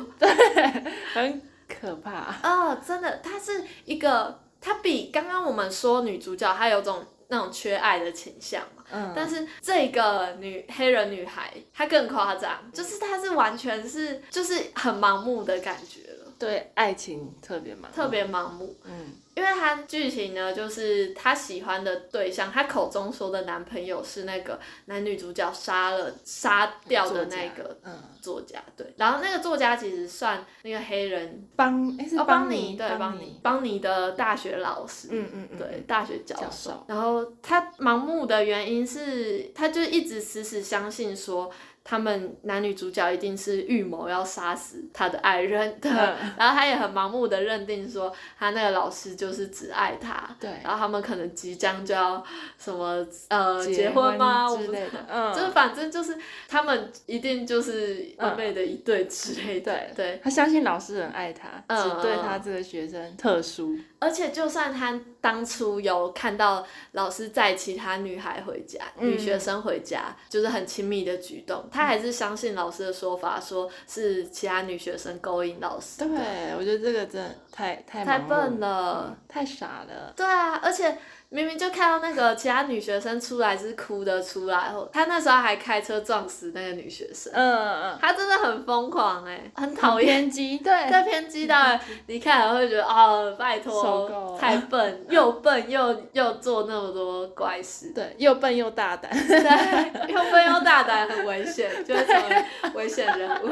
Speaker 2: 很可怕，
Speaker 1: 哦，真的，她是一个，她比刚刚我们说女主角，她有种那种缺爱的倾向嘛。
Speaker 2: 嗯，
Speaker 1: 但是这个女黑人女孩，她更夸张，就是她是完全是就是很盲目的感觉了，
Speaker 2: 对爱情特别忙，
Speaker 1: 特别盲目。
Speaker 2: 嗯
Speaker 1: 因为她剧情呢，就是她喜欢的对象，她口中说的男朋友是那个男女主角杀了杀掉的那个
Speaker 2: 嗯。
Speaker 1: 作家，对。然后那个作家其实算那个黑人，
Speaker 2: 邦哎是
Speaker 1: 哦，
Speaker 2: 邦
Speaker 1: 邦尼，对，邦尼，，邦尼的大学老师，
Speaker 2: 嗯嗯嗯，
Speaker 1: 对，大学教
Speaker 2: 教
Speaker 1: 授。
Speaker 2: 授
Speaker 1: 然后他盲目的原因是，他就一直死死相信说，他们男女主角一定是预谋要杀死他的爱人的。
Speaker 2: 嗯
Speaker 1: 然后他也很盲目的认定说，他那个老师就是只爱他。
Speaker 2: 对，
Speaker 1: 然后他们可能即将就要什么呃
Speaker 2: 结
Speaker 1: 婚吗？我
Speaker 2: 之
Speaker 1: 不
Speaker 2: 类
Speaker 1: 知
Speaker 2: 的
Speaker 1: 道，。
Speaker 2: 嗯，
Speaker 1: 就是反正就是他们一定就是完美的一对之类的，
Speaker 2: 对
Speaker 1: 对，
Speaker 2: 他相信老师很爱他，
Speaker 1: 嗯
Speaker 2: 只对他这个学生特殊，
Speaker 1: 而且，就算他当初有看到老师载其他女孩回家、
Speaker 2: 嗯
Speaker 1: 女学生回家，就是很亲密的举动，他还是相信老师的说法，说是其他女学生勾引老师
Speaker 2: 对
Speaker 1: 的。
Speaker 2: 我觉得这个真的太太
Speaker 1: 太
Speaker 2: 盲目
Speaker 1: 笨了
Speaker 2: 嗯太傻了，
Speaker 1: 对啊，而且明明就看到那个其他女学生出来是哭的出来，后他那时候还开车撞死那个女学生，
Speaker 2: 嗯嗯，
Speaker 1: 他真的很疯狂哎、很讨厌。
Speaker 2: 偏 激，对
Speaker 1: 太偏激 到你看了会觉得哦，拜
Speaker 2: 受够
Speaker 1: 托，
Speaker 2: 了
Speaker 1: 太 笨，又笨又又做那么多怪事，
Speaker 2: 对，又笨又大胆，
Speaker 1: 对， 又笨又大胆，很危 险，就是成为危险人物。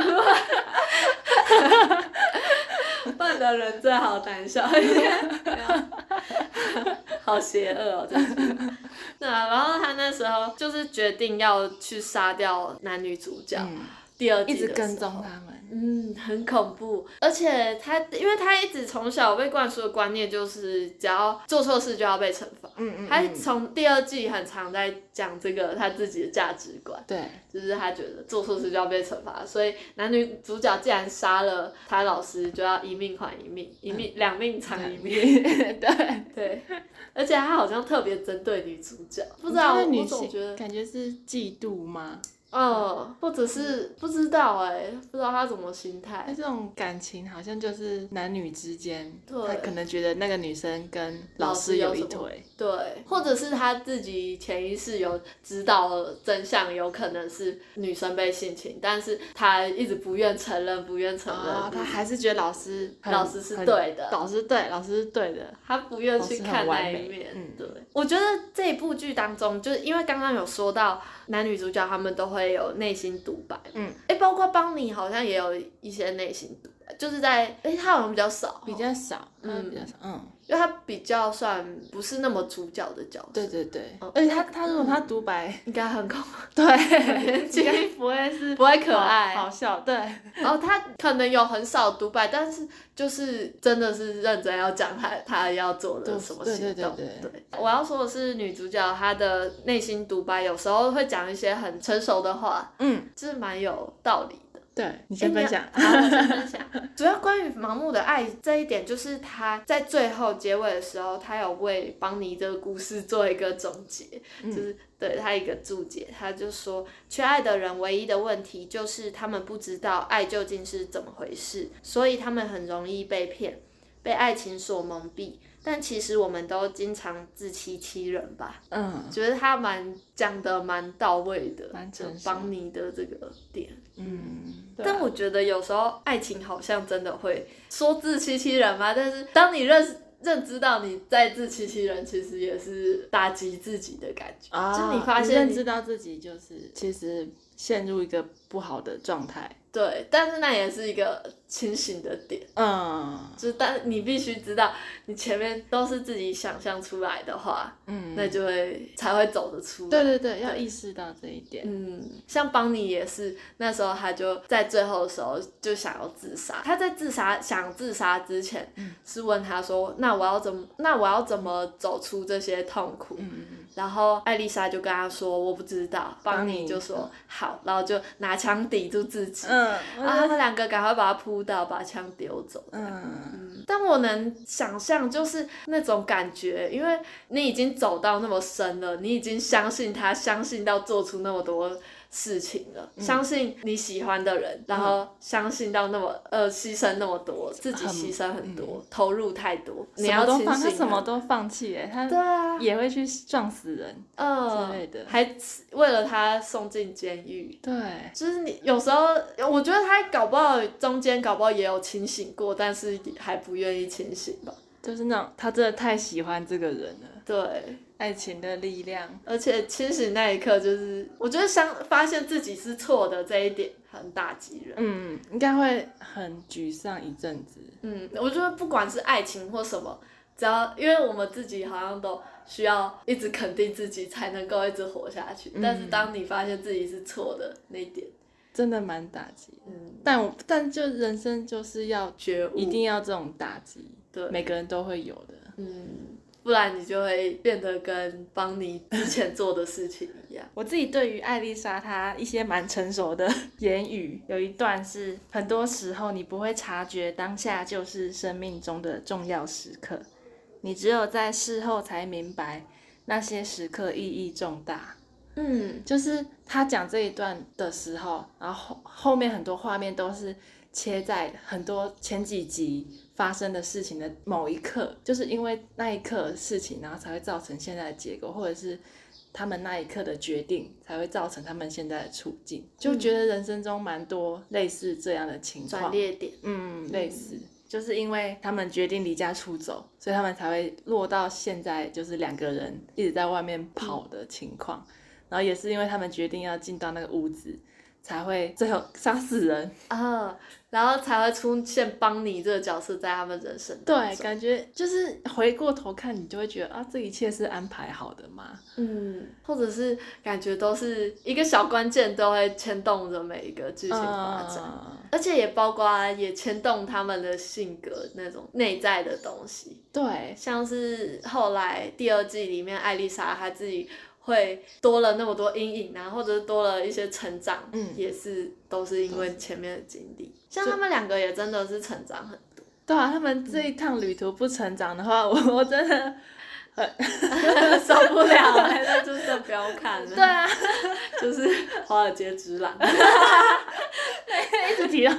Speaker 1: 笨的人最好胆小一点， 好邪恶哦，真是。对啊，然后他那时候就是决定要去杀掉男女主角，
Speaker 2: 嗯，
Speaker 1: 第二季
Speaker 2: 一直
Speaker 1: 的
Speaker 2: 跟
Speaker 1: 时
Speaker 2: 踪
Speaker 1: 候
Speaker 2: 他们，
Speaker 1: 嗯，很恐怖，而且他，因为他一直从小被灌输的观念就是，只要做错事就要被惩罚。
Speaker 2: 嗯嗯，
Speaker 1: 他
Speaker 2: 嗯
Speaker 1: 从第二季很常在讲这个他自己的价值观，
Speaker 2: 对，
Speaker 1: 就是他觉得做错事就要被惩罚，所以男女主角既然杀了他老师，就要一命还一命，一
Speaker 2: 嗯
Speaker 1: 命两命偿一命。
Speaker 2: 对，
Speaker 1: 对，而且他好像特别针对女主角，不知
Speaker 2: 他
Speaker 1: 道
Speaker 2: 对
Speaker 1: 我
Speaker 2: 女
Speaker 1: 总觉
Speaker 2: 性
Speaker 1: 得，
Speaker 2: 感觉是嫉妒吗？
Speaker 1: 嗯，或者是不知道哎、不知道他怎么心态
Speaker 2: 那。这种感情好像就是男女之间，
Speaker 1: 对
Speaker 2: 他可能觉得那个女生跟
Speaker 1: 老
Speaker 2: 老
Speaker 1: 师
Speaker 2: 师
Speaker 1: 有
Speaker 2: 有一
Speaker 1: 什么
Speaker 2: 腿，
Speaker 1: 对，或者是他自己潜意识有知道真相，有可能是女生被性侵，但是他一直不愿承认，不愿承认，
Speaker 2: 啊，他还是觉得老师很
Speaker 1: 老师是
Speaker 2: 很
Speaker 1: 对的
Speaker 2: 老师对，老师是对的，
Speaker 1: 他不愿去看那一面
Speaker 2: 老师很完美嗯。
Speaker 1: 对，我觉得这一部剧当中，就是因为刚刚有说到男女主角他们都会有内心独白，
Speaker 2: 嗯，
Speaker 1: 哎，包括邦尼好像也有一些内心独白，就是在哎、他好像比较少，
Speaker 2: 比较少，
Speaker 1: 嗯
Speaker 2: 嗯，比较少，嗯，
Speaker 1: 因为他比较算不是那么主角的角色，
Speaker 2: 对对对
Speaker 1: 哦，
Speaker 2: 而且他他如果他独白，
Speaker 1: 应该很恐
Speaker 2: 对， 应该不会是
Speaker 1: 不会可爱
Speaker 2: 好好笑，对，
Speaker 1: 然后他可能有很少独白，但是就是真的是认真要讲他他要做的
Speaker 2: 对
Speaker 1: 什么
Speaker 2: 对
Speaker 1: 行
Speaker 2: 对
Speaker 1: 动。
Speaker 2: 对对
Speaker 1: 我要说的是女主角她的内心独白，有时候会讲一些很成熟的话，
Speaker 2: 嗯，
Speaker 1: 就是蛮有道理的。
Speaker 2: 对你
Speaker 1: 哎
Speaker 2: 先分享，
Speaker 1: 好，我先分享。 主要关于盲目的爱这一点，就是她在最后结尾的时候，她有为邦尼这个故事做一个总结，
Speaker 2: 嗯
Speaker 1: 就是对她一个注解，她就说，缺爱的人唯一的问题就是他们不知道爱究竟是怎么回事，所以他们很容易被骗，被爱情所蒙蔽。但其实我们都经常自欺欺人吧，
Speaker 2: 嗯
Speaker 1: 觉得他蛮讲的蛮到位的，
Speaker 2: 蛮
Speaker 1: 就
Speaker 2: 成熟
Speaker 1: 邦尼的这个点。
Speaker 2: 嗯，对啊
Speaker 1: 但我觉得有时候爱情好像真的会说自欺欺人嘛，但是当你认识认知到你在自欺欺人，其实也是打击自己的感觉。
Speaker 2: 啊，
Speaker 1: 就你发现
Speaker 2: 认
Speaker 1: 你
Speaker 2: 知到自己就是其实陷入一个不好的状态，
Speaker 1: 对，但是那也是一个清醒的点，
Speaker 2: 嗯
Speaker 1: 就是但你必须知道你前面都是自己想象出来的话，
Speaker 2: 嗯，
Speaker 1: 那就会才会走得出来。
Speaker 2: 对对对，要意识到这一点，
Speaker 1: 嗯，像邦尼也是，那时候他就在最后的时候就想要自杀。他在自杀想自杀之前，是问他说：“那我要怎么？那我要怎么走出这些痛苦？”
Speaker 2: 嗯
Speaker 1: 然后艾丽莎就跟他说：“我不知道。”邦尼就说：“好。”然后就拿枪抵住自己，
Speaker 2: 嗯
Speaker 1: 然后他们两个赶快把他扑倒，把枪丢走。
Speaker 2: 嗯
Speaker 1: 但我能想象就是那种感觉，因为你已经走到那么深了，你已经相信他，相信到做出那么多事情了，
Speaker 2: 嗯
Speaker 1: 相信你喜欢的人，然后相信到那么呃牺牲那么多，自己
Speaker 2: 很嗯
Speaker 1: 牺牲很多，投入太多，你
Speaker 2: 什么
Speaker 1: 要
Speaker 2: 都
Speaker 1: 清醒
Speaker 2: 放，
Speaker 1: 啊。
Speaker 2: 他什么都放弃，哎，
Speaker 1: 对
Speaker 2: 他
Speaker 1: 啊，
Speaker 2: 也会去撞死人，
Speaker 1: 嗯
Speaker 2: 之类的
Speaker 1: 还为了他送进监狱。
Speaker 2: 对，
Speaker 1: 就是你有时候，我觉得他搞不好中间搞不好也有清醒过，但是还不愿意清醒吧？
Speaker 2: 就是那种他真的太喜欢这个人了，
Speaker 1: 对，
Speaker 2: 爱情的力量，
Speaker 1: 而且清醒那一刻，就是我觉得想发现自己是错的这一点很打击人。
Speaker 2: 嗯，应该会很沮丧一阵子，
Speaker 1: 嗯，我觉得不管是爱情或什么，只要因为我们自己好像都需要一直肯定自己，才能够一直活下去。但
Speaker 2: 嗯
Speaker 1: 是当你发现自己是错的那一点，
Speaker 2: 真的蛮打击的，
Speaker 1: 嗯，
Speaker 2: 但我但就人生就是要
Speaker 1: 觉悟
Speaker 2: 一，定要这种打击，
Speaker 1: 对
Speaker 2: 每个人都会有的，
Speaker 1: 嗯，不然你就会变得跟邦尼之前做的事情一样。
Speaker 2: 我自己对于艾丽莎她一些蛮成熟的言语，有一段是很多时候你不会察觉当下就是生命中的重要时刻，你只有在事后才明白那些时刻意义重大。
Speaker 1: 嗯
Speaker 2: 就是她讲这一段的时候，然后后后面很多画面都是切在很多前几集发生的事情的某一刻，就是因为那一刻的事情，然后才会造成现在的结果，或者是他们那一刻的决定才会造成他们现在的处境，就觉得人生中蛮多类似这样的情
Speaker 1: 转
Speaker 2: 况，
Speaker 1: 捩点。
Speaker 2: 嗯，类似。就是因为他们决定离家出走，所以他们才会落到现在，就是两个人一直在外面跑的情况。然后也是因为他们决定要进到那个屋子，才会最后 杀死人。
Speaker 1: 啊，然后才会出现邦尼这个角色在他们人生当
Speaker 2: 对，
Speaker 1: 中
Speaker 2: 感觉就是回过头看，你就会觉得啊，这一切是安排好的嘛。
Speaker 1: 嗯，或者是感觉都是一个小关键都会牵动着每一个剧情发展，
Speaker 2: 嗯
Speaker 1: 而且也包括也牵动他们的性格那种内在的东西，
Speaker 2: 对，
Speaker 1: 像是后来第二季里面艾丽莎她自己会多了那么多阴影啊，或者是多了一些成长，
Speaker 2: 嗯
Speaker 1: 也是都是因为前面的经历，像他们两个也真的是成长很多，
Speaker 2: 对啊，他们这一趟旅途不成长的话， 我我真的
Speaker 1: 受不了了，那就真的不要看了。
Speaker 2: 对啊，
Speaker 1: 就是华尔街之狼，
Speaker 2: 一直提到，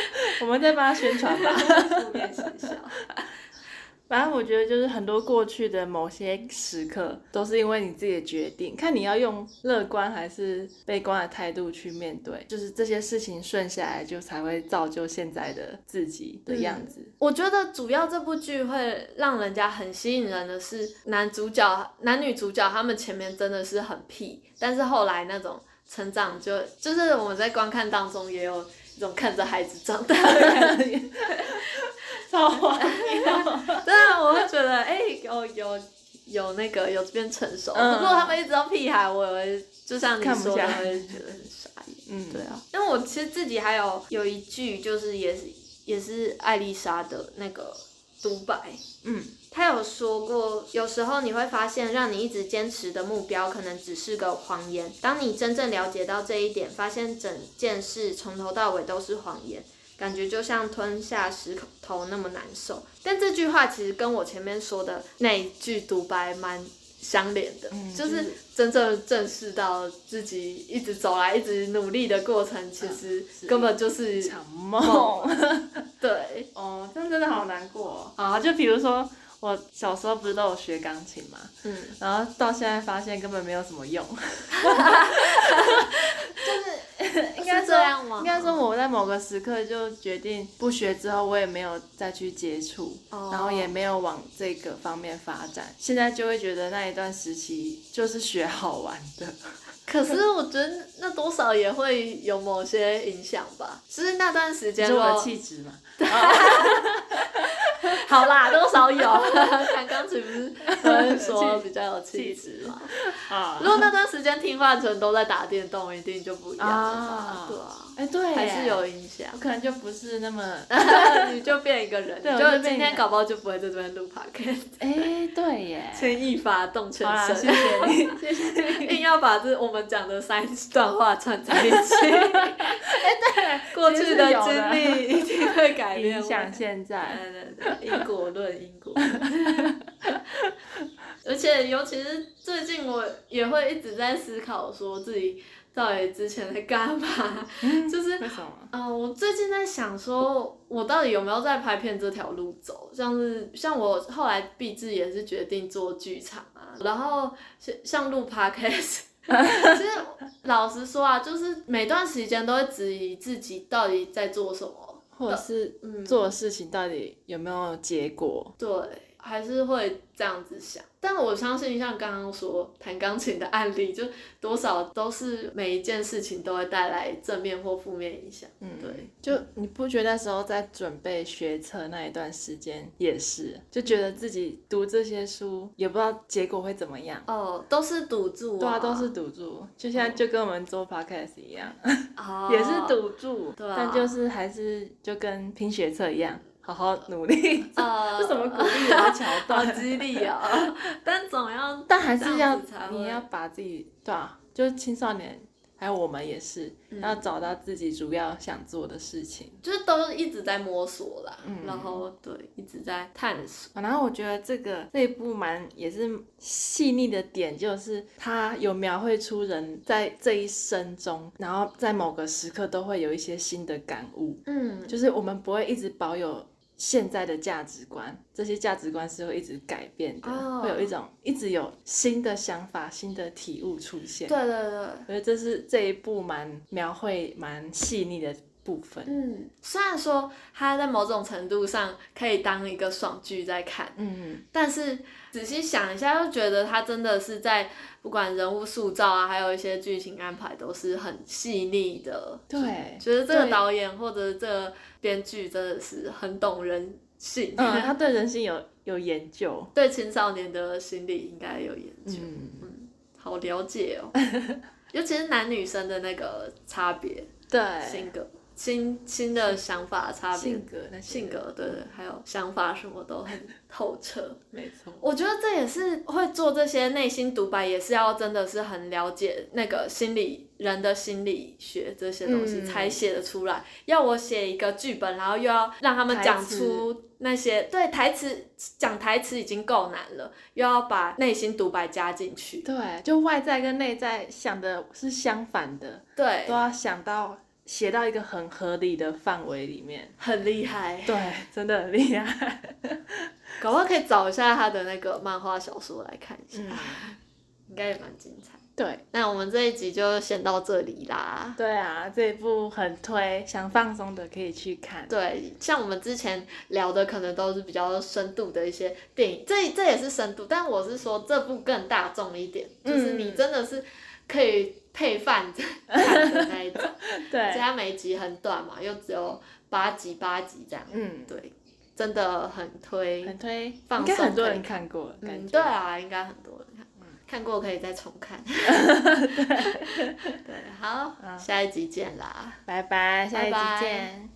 Speaker 2: 我们再帮他宣传吧。
Speaker 1: 负面形象。
Speaker 2: 反正我觉得就是很多过去的某些时刻，都是因为你自己的决定，看你要用乐观还是悲观的态度去面对，就是这些事情顺下来，就才会造就现在的自己的样子。
Speaker 1: 我觉得主要这部剧会让人家很吸引人的是男主角、男女主角，他们前面真的是很屁，但是后来那种成长就就是我们在观看当中也有一种看着孩子长 大的感觉，
Speaker 2: 超荒
Speaker 1: 真的我会觉得哎、有有有那个有这边成熟，
Speaker 2: 嗯
Speaker 1: 不过他们一直到屁孩，我也会就像你
Speaker 2: 看不
Speaker 1: 说的，
Speaker 2: 下
Speaker 1: 我会觉得很傻眼。
Speaker 2: 嗯，
Speaker 1: 对啊，因为我其实自己还有有一句，就是也是也是艾丽莎的那个独白，
Speaker 2: 嗯，
Speaker 1: 她有说过，有时候你会发现，让你一直坚持的目标，可能只是个谎言。当你真正了解到这一点，发现整件事从头到尾都是谎言。感觉就像吞下石头那么难受，但这句话其实跟我前面说的那一句独白蛮相连的，
Speaker 2: 嗯
Speaker 1: 就
Speaker 2: 就是
Speaker 1: 是真正正视到自己一直走来、一直努力的过程，其实根本就是、
Speaker 2: 嗯一场梦。
Speaker 1: 对，
Speaker 2: 哦，这样真的好难过哦、啊！就比如说我小时候不是都有学钢琴嘛，
Speaker 1: 嗯，
Speaker 2: 然后到现在发现根本没有什么用。就是应该
Speaker 1: 是
Speaker 2: 说
Speaker 1: 这样吗
Speaker 2: 应该说我在某个时刻就决定不学之后，我也没有再去接触，
Speaker 1: 哦
Speaker 2: 然后也没有往这个方面发展。现在就会觉得那一段时期就是学好玩的。
Speaker 1: 可是我觉得那多少也会有某些影响吧，就是那段时
Speaker 2: 你
Speaker 1: 间哦
Speaker 2: 说我的
Speaker 1: 若
Speaker 2: 气质 嘛，
Speaker 1: 好啦，多少 有，弹钢琴不是有人说比较有气质嘛。
Speaker 2: 啊
Speaker 1: 如果那段时间听话全都在打电动，一定就不一样了吧？
Speaker 2: 啊
Speaker 1: 对啊，
Speaker 2: 哎、对耶，
Speaker 1: 还是有影响
Speaker 2: 我。可能就不是那么
Speaker 1: 你就变一个人，
Speaker 2: 啊对
Speaker 1: 你
Speaker 2: 我就
Speaker 1: 就
Speaker 2: 变
Speaker 1: 今
Speaker 2: 一
Speaker 1: 天
Speaker 2: 个人
Speaker 1: 搞不好就不会在这边录 podcast，
Speaker 2: 哎、对耶。
Speaker 1: 牵一发动全
Speaker 2: 好啦，谢
Speaker 1: 身，
Speaker 2: 谢你，谢谢你。
Speaker 1: 硬要把这我们讲的三段话串在一起。哎，对，过去的经历一定会改变
Speaker 2: 影
Speaker 1: 我
Speaker 2: 响现在。
Speaker 1: 对对对，因果论，因果论。而且尤其是最近，我也会一直在思考，说自己到底之前在干嘛。
Speaker 2: 嗯
Speaker 1: 就是，
Speaker 2: 为什么？
Speaker 1: 嗯、我最近在想，说我到底有没有在拍片这条路走？像是像我后来毕志也是决定做剧场啊，然后像像录 podcast。其 实老实说啊，就是每段时间都会质疑自己到底在做什么，
Speaker 2: 或者是
Speaker 1: 嗯，
Speaker 2: 做的事情到底有没有结果？
Speaker 1: 对，还是会这样子想。但我相信，像刚刚说弹钢琴的案例，就多少都是每一件事情都会带来正面或负面影响。
Speaker 2: 嗯
Speaker 1: 对，
Speaker 2: 就你不觉得那时候在准备学车那一段时间也是，就觉得自己读这些书也不知道结果会怎么样。
Speaker 1: 哦，都是赌注、
Speaker 2: 对啊，都是赌注，就像
Speaker 1: 嗯
Speaker 2: 就跟我们做 podcast 一样，
Speaker 1: 哦，
Speaker 2: 也是赌注，
Speaker 1: 对啊
Speaker 2: 但就是还是就跟拼学测一样，好好努 力。
Speaker 1: 呃，
Speaker 2: 这什么鼓励人的桥
Speaker 1: 好
Speaker 2: 段？
Speaker 1: 激励哦！ 但总要
Speaker 2: 但还是要
Speaker 1: 这样子才会
Speaker 2: 你要把自己对啊，就是青少年还有我们也是、
Speaker 1: 嗯
Speaker 2: 要找到自己主要想做的事情。
Speaker 1: 就是都一直在摸索啦，
Speaker 2: 嗯
Speaker 1: 然后对，一直在探索。
Speaker 2: 啊然后我觉得这个这一部蛮也是细腻的点，就是它有描绘出人在这一生中，然后在某个时刻都会有一些新的感悟，
Speaker 1: 嗯，
Speaker 2: 就是我们不会一直保有现在的价值观，这些价值观是会一直改变的，
Speaker 1: 哦
Speaker 2: 会有一种一直有新的想法、新的体悟出现
Speaker 1: 对。对对。
Speaker 2: 我觉得这是这一部蛮描绘蛮细腻的部分。
Speaker 1: 嗯，虽然说它在某种程度上可以当一个爽剧在看，
Speaker 2: 嗯，
Speaker 1: 但是仔细想一下，又觉得他真的是在不管人物塑造啊，还有一些剧情安排，都是很细腻的。
Speaker 2: 对，
Speaker 1: 觉得这个
Speaker 2: 对
Speaker 1: 导演或者这个编剧真的是很懂人性，
Speaker 2: 嗯，他对人性有有研究。
Speaker 1: 对青少年的心理应该有研究，
Speaker 2: 嗯，
Speaker 1: 好了解 哦。尤其是男女生的那个差别，
Speaker 2: 对，
Speaker 1: 性格、新新的想法差别，
Speaker 2: 哎性格那些
Speaker 1: 性格对对，还有想法什么都很透彻。
Speaker 2: 没错。
Speaker 1: 我觉得这也是会做这些内心独白，也是要真的是很了解那个心理人的心理学这些东西
Speaker 2: 嗯
Speaker 1: 才写得出来。要我写一个剧本，然后又要让他们讲
Speaker 2: 台词
Speaker 1: 出那些对台词讲台词已经够难了，又要把内心独白加进去。
Speaker 2: 对，就外在跟内在想的是相反的，
Speaker 1: 对
Speaker 2: 都，要想到写到一个很合理的范围里面。
Speaker 1: 很厉害，
Speaker 2: 对，真的很厉害。
Speaker 1: 搞不好可以找一下他的那个漫画小说来看一下，
Speaker 2: 嗯，
Speaker 1: 应该也蛮精彩。
Speaker 2: 对，
Speaker 1: 那我们这一集就先到这里啦。
Speaker 2: 对啊，这一部很推，想放松的可以去看。
Speaker 1: 对，像我们之前聊的，可能都是比较深度的一些电影，这这也是深度，但我是说这部更大众一点，就是
Speaker 2: 嗯
Speaker 1: 你真的是可以配饭看的那一 种。而且
Speaker 2: 对，
Speaker 1: 它每一集很短嘛，又只有八集八集这样，
Speaker 2: 嗯，
Speaker 1: 对，真的很推。
Speaker 2: 很推，
Speaker 1: 放
Speaker 2: 应该
Speaker 1: 松
Speaker 2: 很多
Speaker 1: 可以
Speaker 2: 人看过，感
Speaker 1: 嗯，对
Speaker 2: 觉
Speaker 1: 啊，应该很多人看，看过可以再重 看。对，好，下一集见啦。
Speaker 2: 拜拜，下一
Speaker 1: 拜拜
Speaker 2: 集见。